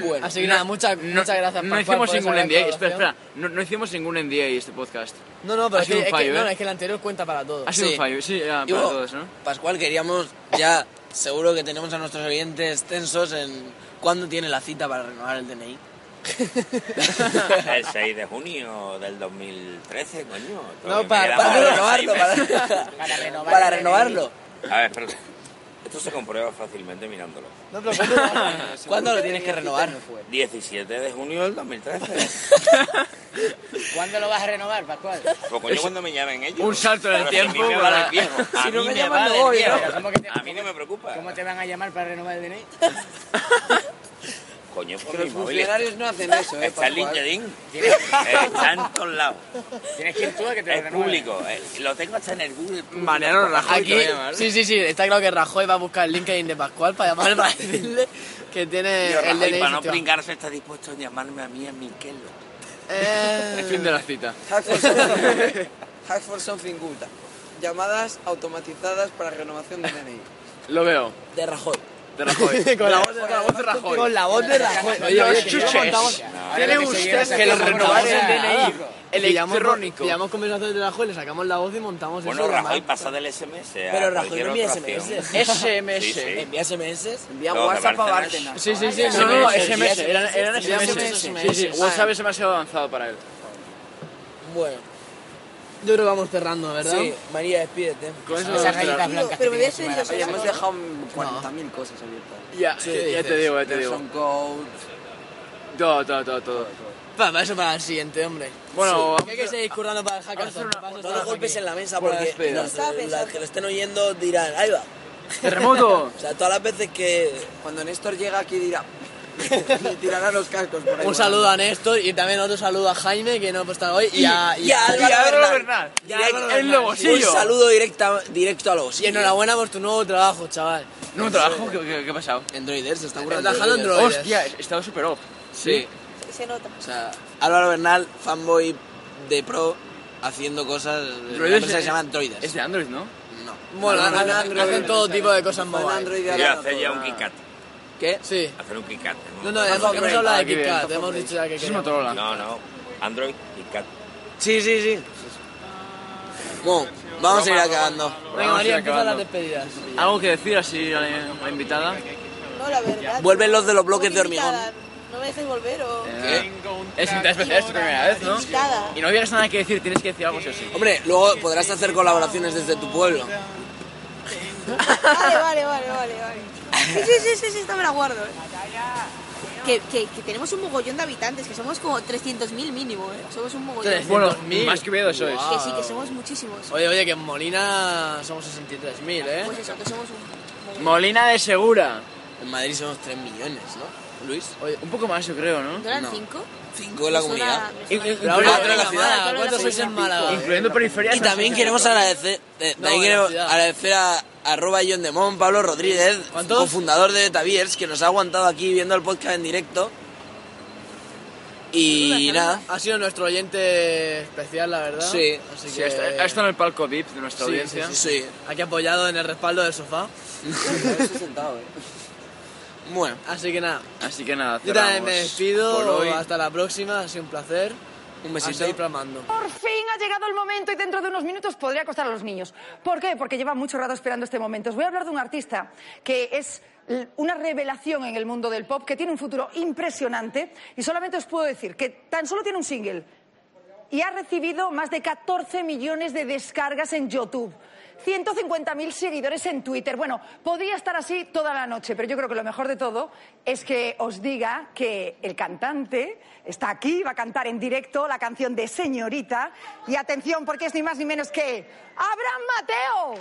Speaker 2: Bueno, así que nada, muchas- muchas gracias,
Speaker 7: No
Speaker 2: Pascual,
Speaker 7: hicimos
Speaker 2: por esa
Speaker 7: ningún
Speaker 2: gran
Speaker 7: NDA, espera, espera.
Speaker 2: colaboración.
Speaker 7: No, no hicimos ningún NDA este podcast.
Speaker 2: No, no, pero
Speaker 7: Ha
Speaker 2: es
Speaker 7: sido
Speaker 2: que, es
Speaker 7: un
Speaker 2: que-
Speaker 7: fallo,
Speaker 2: no,
Speaker 7: ¿eh?
Speaker 2: es que el anterior cuenta para todos.
Speaker 7: Ha sido un fallo, sí, ya,
Speaker 4: Y
Speaker 7: para
Speaker 4: bueno,
Speaker 7: todos, ¿no?
Speaker 4: Pascual, queríamos ya, seguro que tenemos a nuestros oyentes tensos en cuándo tiene la cita para renovar el DNI.
Speaker 10: El 6 de junio del 2013, coño.
Speaker 4: No,
Speaker 10: Todavía
Speaker 4: para,
Speaker 10: me
Speaker 4: para
Speaker 10: quedan
Speaker 4: renovarlo,
Speaker 10: seis meses.
Speaker 4: para,
Speaker 10: renovar
Speaker 4: para
Speaker 10: el
Speaker 4: renovarlo.
Speaker 10: A ver, espérate. Esto se comprueba fácilmente mirándolo.
Speaker 4: No, pero ¿cuándo, ¿Cuándo lo tienes que renovar?
Speaker 10: 17 de junio del 2013.
Speaker 9: ¿Cuándo lo vas a renovar, Pascual?
Speaker 10: Pues coño, cuando me llamen ellos.
Speaker 7: Un salto en el
Speaker 10: Pero si
Speaker 7: tiempo
Speaker 10: A mí me
Speaker 7: para-
Speaker 10: va del viejo. A
Speaker 9: Si no
Speaker 10: mí
Speaker 9: me
Speaker 10: me
Speaker 9: llaman,
Speaker 10: va
Speaker 9: no
Speaker 10: del
Speaker 9: voy,
Speaker 10: viejo.
Speaker 9: ¿no? ¿Cómo que te-
Speaker 10: A mí no me preocupa.
Speaker 9: ¿Cómo te van a llamar para renovar el DNI?
Speaker 10: Coño, por
Speaker 9: Que los
Speaker 10: mi móvil.
Speaker 9: funcionarios no hacen eso, ¿eh,
Speaker 10: Está
Speaker 9: Pascual?
Speaker 10: en LinkedIn.
Speaker 9: Tienes-
Speaker 10: Está en todos lados.
Speaker 9: Tienes que ir tú a que te lo
Speaker 10: Es
Speaker 9: renueven.
Speaker 10: público. eh, Lo tengo hasta en el Google.
Speaker 7: Mariano Rajoy
Speaker 2: Aquí, sí, sí, sí, está claro que Rajoy va a buscar el LinkedIn de Pascual para llamarle para decirle que tiene
Speaker 10: Tío,
Speaker 2: el
Speaker 10: Rajoy,
Speaker 2: DNI.
Speaker 10: para no
Speaker 2: sitio.
Speaker 10: pringarse está dispuesto a llamarme a mí a Miquelo.
Speaker 2: Eh,
Speaker 7: Fin de la cita.
Speaker 6: Hack for something, hack for something good. Llamadas automatizadas para renovación de DNI.
Speaker 7: Lo veo.
Speaker 4: De Rajoy.
Speaker 7: De Rajoy.
Speaker 2: Con la voz
Speaker 7: de- con la voz de Rajoy.
Speaker 2: Con la voz de Rajoy.
Speaker 7: Oye,
Speaker 2: Los
Speaker 7: oye, que
Speaker 2: chuches.
Speaker 7: ya montamos- Tiene
Speaker 2: que
Speaker 7: usted
Speaker 2: seguimos
Speaker 7: que lo
Speaker 2: aquí,
Speaker 7: renovar
Speaker 2: montamos
Speaker 7: el
Speaker 2: nada.
Speaker 7: DNI
Speaker 2: Pillamos-
Speaker 7: electrónico.
Speaker 2: Pillamos conversaciones de Rajoy, le sacamos la voz y montamos
Speaker 10: Bueno,
Speaker 2: eso.
Speaker 10: Rajoy pasa del SMS a
Speaker 4: Pero Rajoy
Speaker 10: cualquier
Speaker 4: no envía
Speaker 10: otra
Speaker 4: SMS.
Speaker 10: opción.
Speaker 7: SMS.
Speaker 10: Sí,
Speaker 2: eh,
Speaker 10: sí.
Speaker 4: ¿Envía SMS?
Speaker 6: Envía
Speaker 10: No, de
Speaker 6: WhatsApp a
Speaker 10: Barcelona.
Speaker 6: Bárcenas.
Speaker 2: Sí, sí, sí.
Speaker 7: No, no, no,
Speaker 4: SMS,
Speaker 7: SMS. Eran, eran
Speaker 4: SMS.
Speaker 7: SMS. Sí, sí.
Speaker 4: Ah.
Speaker 7: WhatsApp es demasiado avanzado para él.
Speaker 4: Bueno,
Speaker 2: Yo creo que vamos cerrando, ¿verdad?
Speaker 4: sí, María, despídete.
Speaker 7: Con
Speaker 9: Esas
Speaker 7: eso vamos a
Speaker 9: galletas
Speaker 7: cerrar.
Speaker 9: blancas
Speaker 3: Pero
Speaker 9: que
Speaker 3: me voy a
Speaker 9: tienes
Speaker 3: hacer
Speaker 9: en la
Speaker 3: yo
Speaker 6: Oye,
Speaker 9: cabeza.
Speaker 6: hemos dejado 40.000 cosas abiertas.
Speaker 7: Ya, ya te digo, ya te digo.
Speaker 6: Son code.
Speaker 7: Todo, todo, todo, todo.
Speaker 2: Para eso para el siguiente, hombre.
Speaker 7: Bueno,
Speaker 2: Hay que seguir currando para el hackathon.
Speaker 4: No lo golpes en la mesa
Speaker 7: Por
Speaker 4: porque
Speaker 7: despedida.
Speaker 4: los, las que lo estén oyendo dirán, ahí va.
Speaker 7: terremoto.
Speaker 4: O sea, todas las veces que...
Speaker 6: Cuando Néstor llega aquí dirá... Le tirará los cascos por ahí.
Speaker 2: Un saludo a Néstor y también otro saludo a Jaime, que no ha estado hoy, y a... y
Speaker 4: Y a
Speaker 2: a-
Speaker 4: Álvaro
Speaker 7: Álvaro
Speaker 4: Bernal.
Speaker 7: Bernal.
Speaker 4: Y a
Speaker 7: Direct-
Speaker 4: Álvaro
Speaker 7: el
Speaker 4: Bernal.
Speaker 7: Lobosillo.
Speaker 4: Un saludo directa, directo a los.
Speaker 2: y enhorabuena por tu nuevo trabajo, chaval.
Speaker 7: No, trabajo, ¿qué, qué, qué ha pasado?
Speaker 4: Androiders, está
Speaker 2: Trabajando en droides.
Speaker 7: Hostia, he estado súper off.
Speaker 4: Sí.
Speaker 3: Se nota.
Speaker 4: O sea, Álvaro Bernal, fanboy de pro, haciendo cosas. de Una
Speaker 7: Droiders
Speaker 4: empresa que
Speaker 7: es-
Speaker 4: se llama Androiders.
Speaker 7: Es de Android, ¿no?
Speaker 4: No.
Speaker 2: Bueno,
Speaker 6: Fan
Speaker 2: hacen-
Speaker 6: Android.
Speaker 2: hacen todo tipo de cosas
Speaker 6: Fan
Speaker 2: móviles.
Speaker 6: Android
Speaker 10: Yo
Speaker 6: ahora
Speaker 10: hacer ya un
Speaker 6: todo, nada.
Speaker 10: KitKat.
Speaker 4: ¿Qué?
Speaker 2: Sí.
Speaker 10: Hacer un KitKat.
Speaker 2: No, no, hemos,
Speaker 6: Alpha
Speaker 2: hemos
Speaker 6: Brain.
Speaker 2: hablado
Speaker 7: Ah,
Speaker 2: de
Speaker 7: qué bien,
Speaker 2: KitKat,
Speaker 7: Alpha
Speaker 2: hemos dicho ya que
Speaker 7: Es
Speaker 2: queremos.
Speaker 7: Motorola.
Speaker 10: No, no. Android KitKat.
Speaker 4: Sí, sí, sí. Bueno, vamos a ir acabando.
Speaker 2: Venga,
Speaker 7: Vamos a ir
Speaker 2: María, empieza las
Speaker 7: acabando.
Speaker 2: despedidas.
Speaker 7: ¿Algo que decir así a la, a la invitada?
Speaker 3: No, la verdad.
Speaker 4: Vuelven los de los bloques
Speaker 3: Muy
Speaker 4: de hormigón.
Speaker 3: invitada. No me dejes volver o.
Speaker 7: Eh, Es invitada especial, es tu primera vez, ¿no?
Speaker 3: Invitada.
Speaker 7: Y no tienes nada que decir, tienes que decir algo sí o sí.
Speaker 4: Hombre, luego podrás hacer colaboraciones desde tu pueblo.
Speaker 3: Vale, vale, vale, vale, vale. Sí, sí, sí, sí, sí, esta me la guardo. eh. Que, que, que tenemos un mogollón de habitantes, que somos como 300.000 mínimo, ¿eh? Somos un mogollón.
Speaker 7: Bueno,
Speaker 2: 300.000.
Speaker 7: más que Oviedo sois.
Speaker 3: Que sí, que somos muchísimos.
Speaker 2: Oye, oye, que en Molina somos 63.000, ¿eh?
Speaker 3: Pues eso, que somos un mogollón.
Speaker 7: Molina de Segura.
Speaker 4: En Madrid somos 3 millones, ¿no? Luis.
Speaker 7: Oye, un poco más, yo creo, ¿no?
Speaker 3: ¿No eran
Speaker 4: no.
Speaker 3: 5?
Speaker 4: 5 en la comunidad.
Speaker 2: Pero
Speaker 4: Cuatro en
Speaker 2: ahora en
Speaker 4: la
Speaker 2: Málaga,
Speaker 4: ciudad.
Speaker 2: ¿Cuántos sois en Málaga?
Speaker 7: Incluyendo periferias.
Speaker 4: Y
Speaker 7: no sé
Speaker 4: también
Speaker 7: qué.
Speaker 4: queremos agradecer, eh,
Speaker 2: No,
Speaker 4: también queremos
Speaker 2: gracias.
Speaker 4: agradecer a arroba John Demón, Pablo Rodríguez,
Speaker 2: ¿Cuántos?
Speaker 4: cofundador de Taviers, que nos ha aguantado aquí viendo el podcast en directo. Y nada,
Speaker 2: Ha sido nuestro oyente especial, la verdad.
Speaker 4: Sí.
Speaker 2: Así
Speaker 7: Sí,
Speaker 2: que...
Speaker 7: ha ha estado en el palco VIP de nuestra
Speaker 2: Sí,
Speaker 7: audiencia.
Speaker 2: sí,
Speaker 4: sí.
Speaker 2: Aquí apoyado en el respaldo del sofá. eh.
Speaker 4: Bueno,
Speaker 2: Así que nada.
Speaker 7: Así que nada,
Speaker 2: Yo también me
Speaker 7: cerramos
Speaker 2: despido.
Speaker 7: por hoy.
Speaker 2: Hasta la próxima. Ha sido un placer.
Speaker 4: un
Speaker 2: A
Speaker 4: besito.
Speaker 2: seguir plasmando.
Speaker 11: Por fin ha llegado el momento y dentro de unos minutos podría acostar a los niños. ¿Por qué? Porque lleva mucho rato esperando este momento. Os voy a hablar de un artista que es l- una revelación en el mundo del pop, que tiene un futuro impresionante y solamente os puedo decir que tan solo tiene un single y ha recibido más de 14 millones de descargas en YouTube. 150.000 seguidores en Twitter. Bueno, podría estar así toda la noche, pero yo creo que lo mejor de todo es que os diga que el cantante está aquí, va a cantar en directo la canción de Señorita. Y atención, porque es ni más ni menos que Abraham Mateo.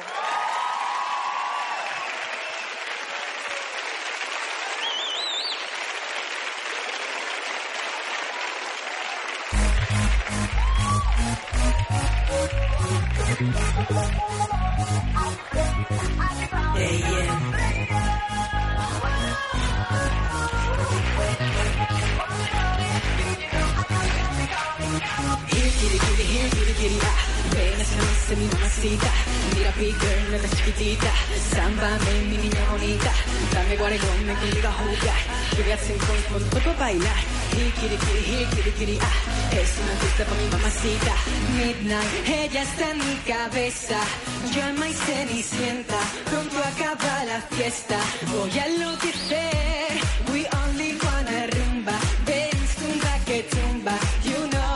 Speaker 1: Here, kitty, kitty, here, kitty, kitty, ah. Ven, acércate,
Speaker 12: mi mamacita. Mira, big girl, no estás chiquitita. Sámbame, mi niña bonita. Dame guaregón, me quiero a jugar. Yo voy a hacer con con todo pa' bailar. Hey, kiri, kiri, hey, kiri, kiri, ah. Es una fiesta para mi mamacita. Midnight, ella está en mi cabeza. Llama y cenicienta. Pronto acaba la fiesta. Voy a enloquecer. We only wanna rumba. Ven, tumba que tumba. You know.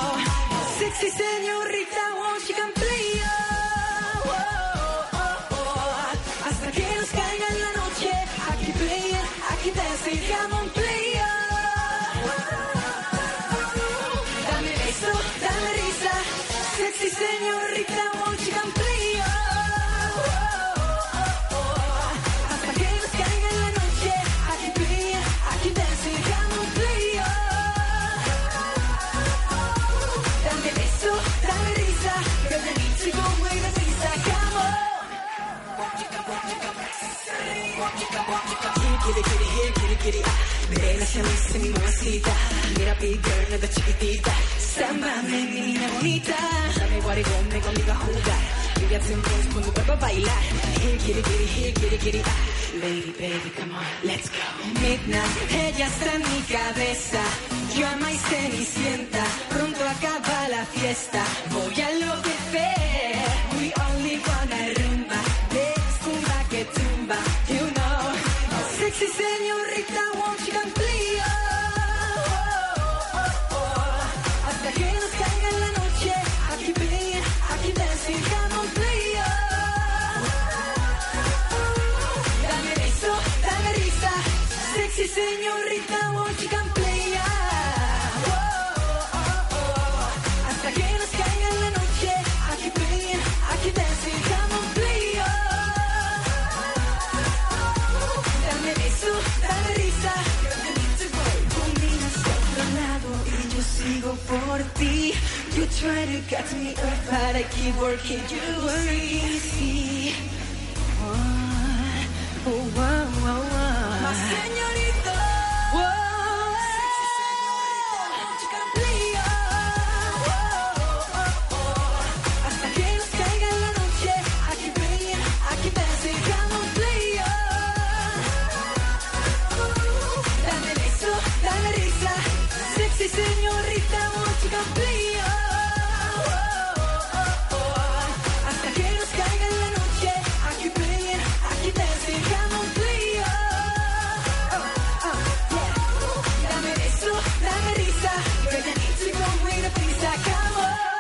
Speaker 12: Sexy señorita, won't you come play? Oh, oh, oh, oh. Hasta que nos caiga la noche. Aquí play, aquí dancing, come on play. oh, oh, oh. Dame beso, dame risa. Sexy señorita, won't you come play? Oh, oh, oh, oh. Hasta que nos caiga la noche. Aquí play, aquí dancing, come on play. oh. Dame beso, dame risa, yo te need to go away de prisa, come on. Here, kitty, kitty, here, kitty, kitty, ah. Ven hacia mí, sé mi mamacita. Mira, big girl, nada chiquitita. Sámbame, mi niña bonita. Dame guarigón, ven conmigo a jugar. Yo ya te embrujo con tu cuerpo a bailar. Here, kitty, kitty, here, kitty, kitty, ah. Lady, baby, come on, let's go. Midnight, ella está en mi cabeza. Llama y cenicienta, pronto acaba la fiesta. Voy a enloquecer. We only wanna rumba. Let's tumba que tumba, you know. Sexy señorita, won't you come please? Oh, oh, oh, Hasta que nos caiga la noche. Aquí play, aquí dancing, come on, play. Dame beso, dame risa. Sexy señorita, won't you come play? Ah, oh, oh, oh. Hasta que nos caiga la noche. Aquí play, aquí dancing, come on, play. Oh, dame beso, dame risa. Yo te need to go. Combinas a otro lado y yo sigo por ti. You try to get me up, but I keep working you. Working, see. Oh, oh, oh, oh, oh. My señorita. Whoa. Hasta que nos caiga la noche, aquí play, aquí dancing, come on, play, oh. Dame beso, dame risa, sexy señorita, won't you come play, oh, oh, oh. Hasta que nos caiga la noche, aquí play, aquí dancing, come on, play, oh, oh, oh, yeah. Dame beso, dame risa, yo ya need to go with the prisa, come on.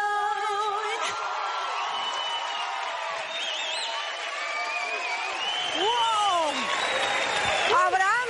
Speaker 11: ¡Wow! ¡Abraham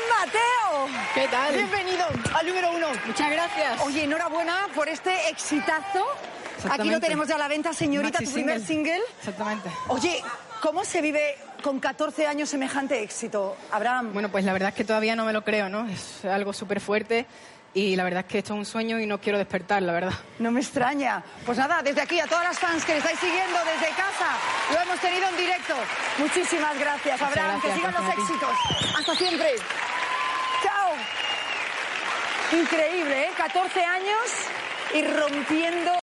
Speaker 11: Mateo! ¿Qué tal? Bienvenido al número uno. Muchas gracias. Oye, enhorabuena por este exitazo. Aquí lo
Speaker 13: Exactamente.
Speaker 11: tenemos ya a la venta, señorita,
Speaker 13: Maxi
Speaker 11: tu primer single.
Speaker 13: Exactamente.
Speaker 11: Oye, ¿cómo se vive con 14 años semejante éxito, Abraham?
Speaker 13: Bueno, pues la verdad es que todavía no me lo creo, ¿no? Es algo súper fuerte y la verdad es que esto es un sueño y no quiero despertar, la verdad.
Speaker 11: No me extraña. Pues nada, desde aquí a todas las fans que le estáis siguiendo desde casa, lo hemos tenido en directo. Muchísimas gracias,
Speaker 13: Muchas
Speaker 11: Abraham.
Speaker 13: gracias,
Speaker 11: que sigan los
Speaker 13: gracias a ti.
Speaker 11: éxitos. Hasta siempre. Chao. Increíble, ¿eh? 14 años y rompiendo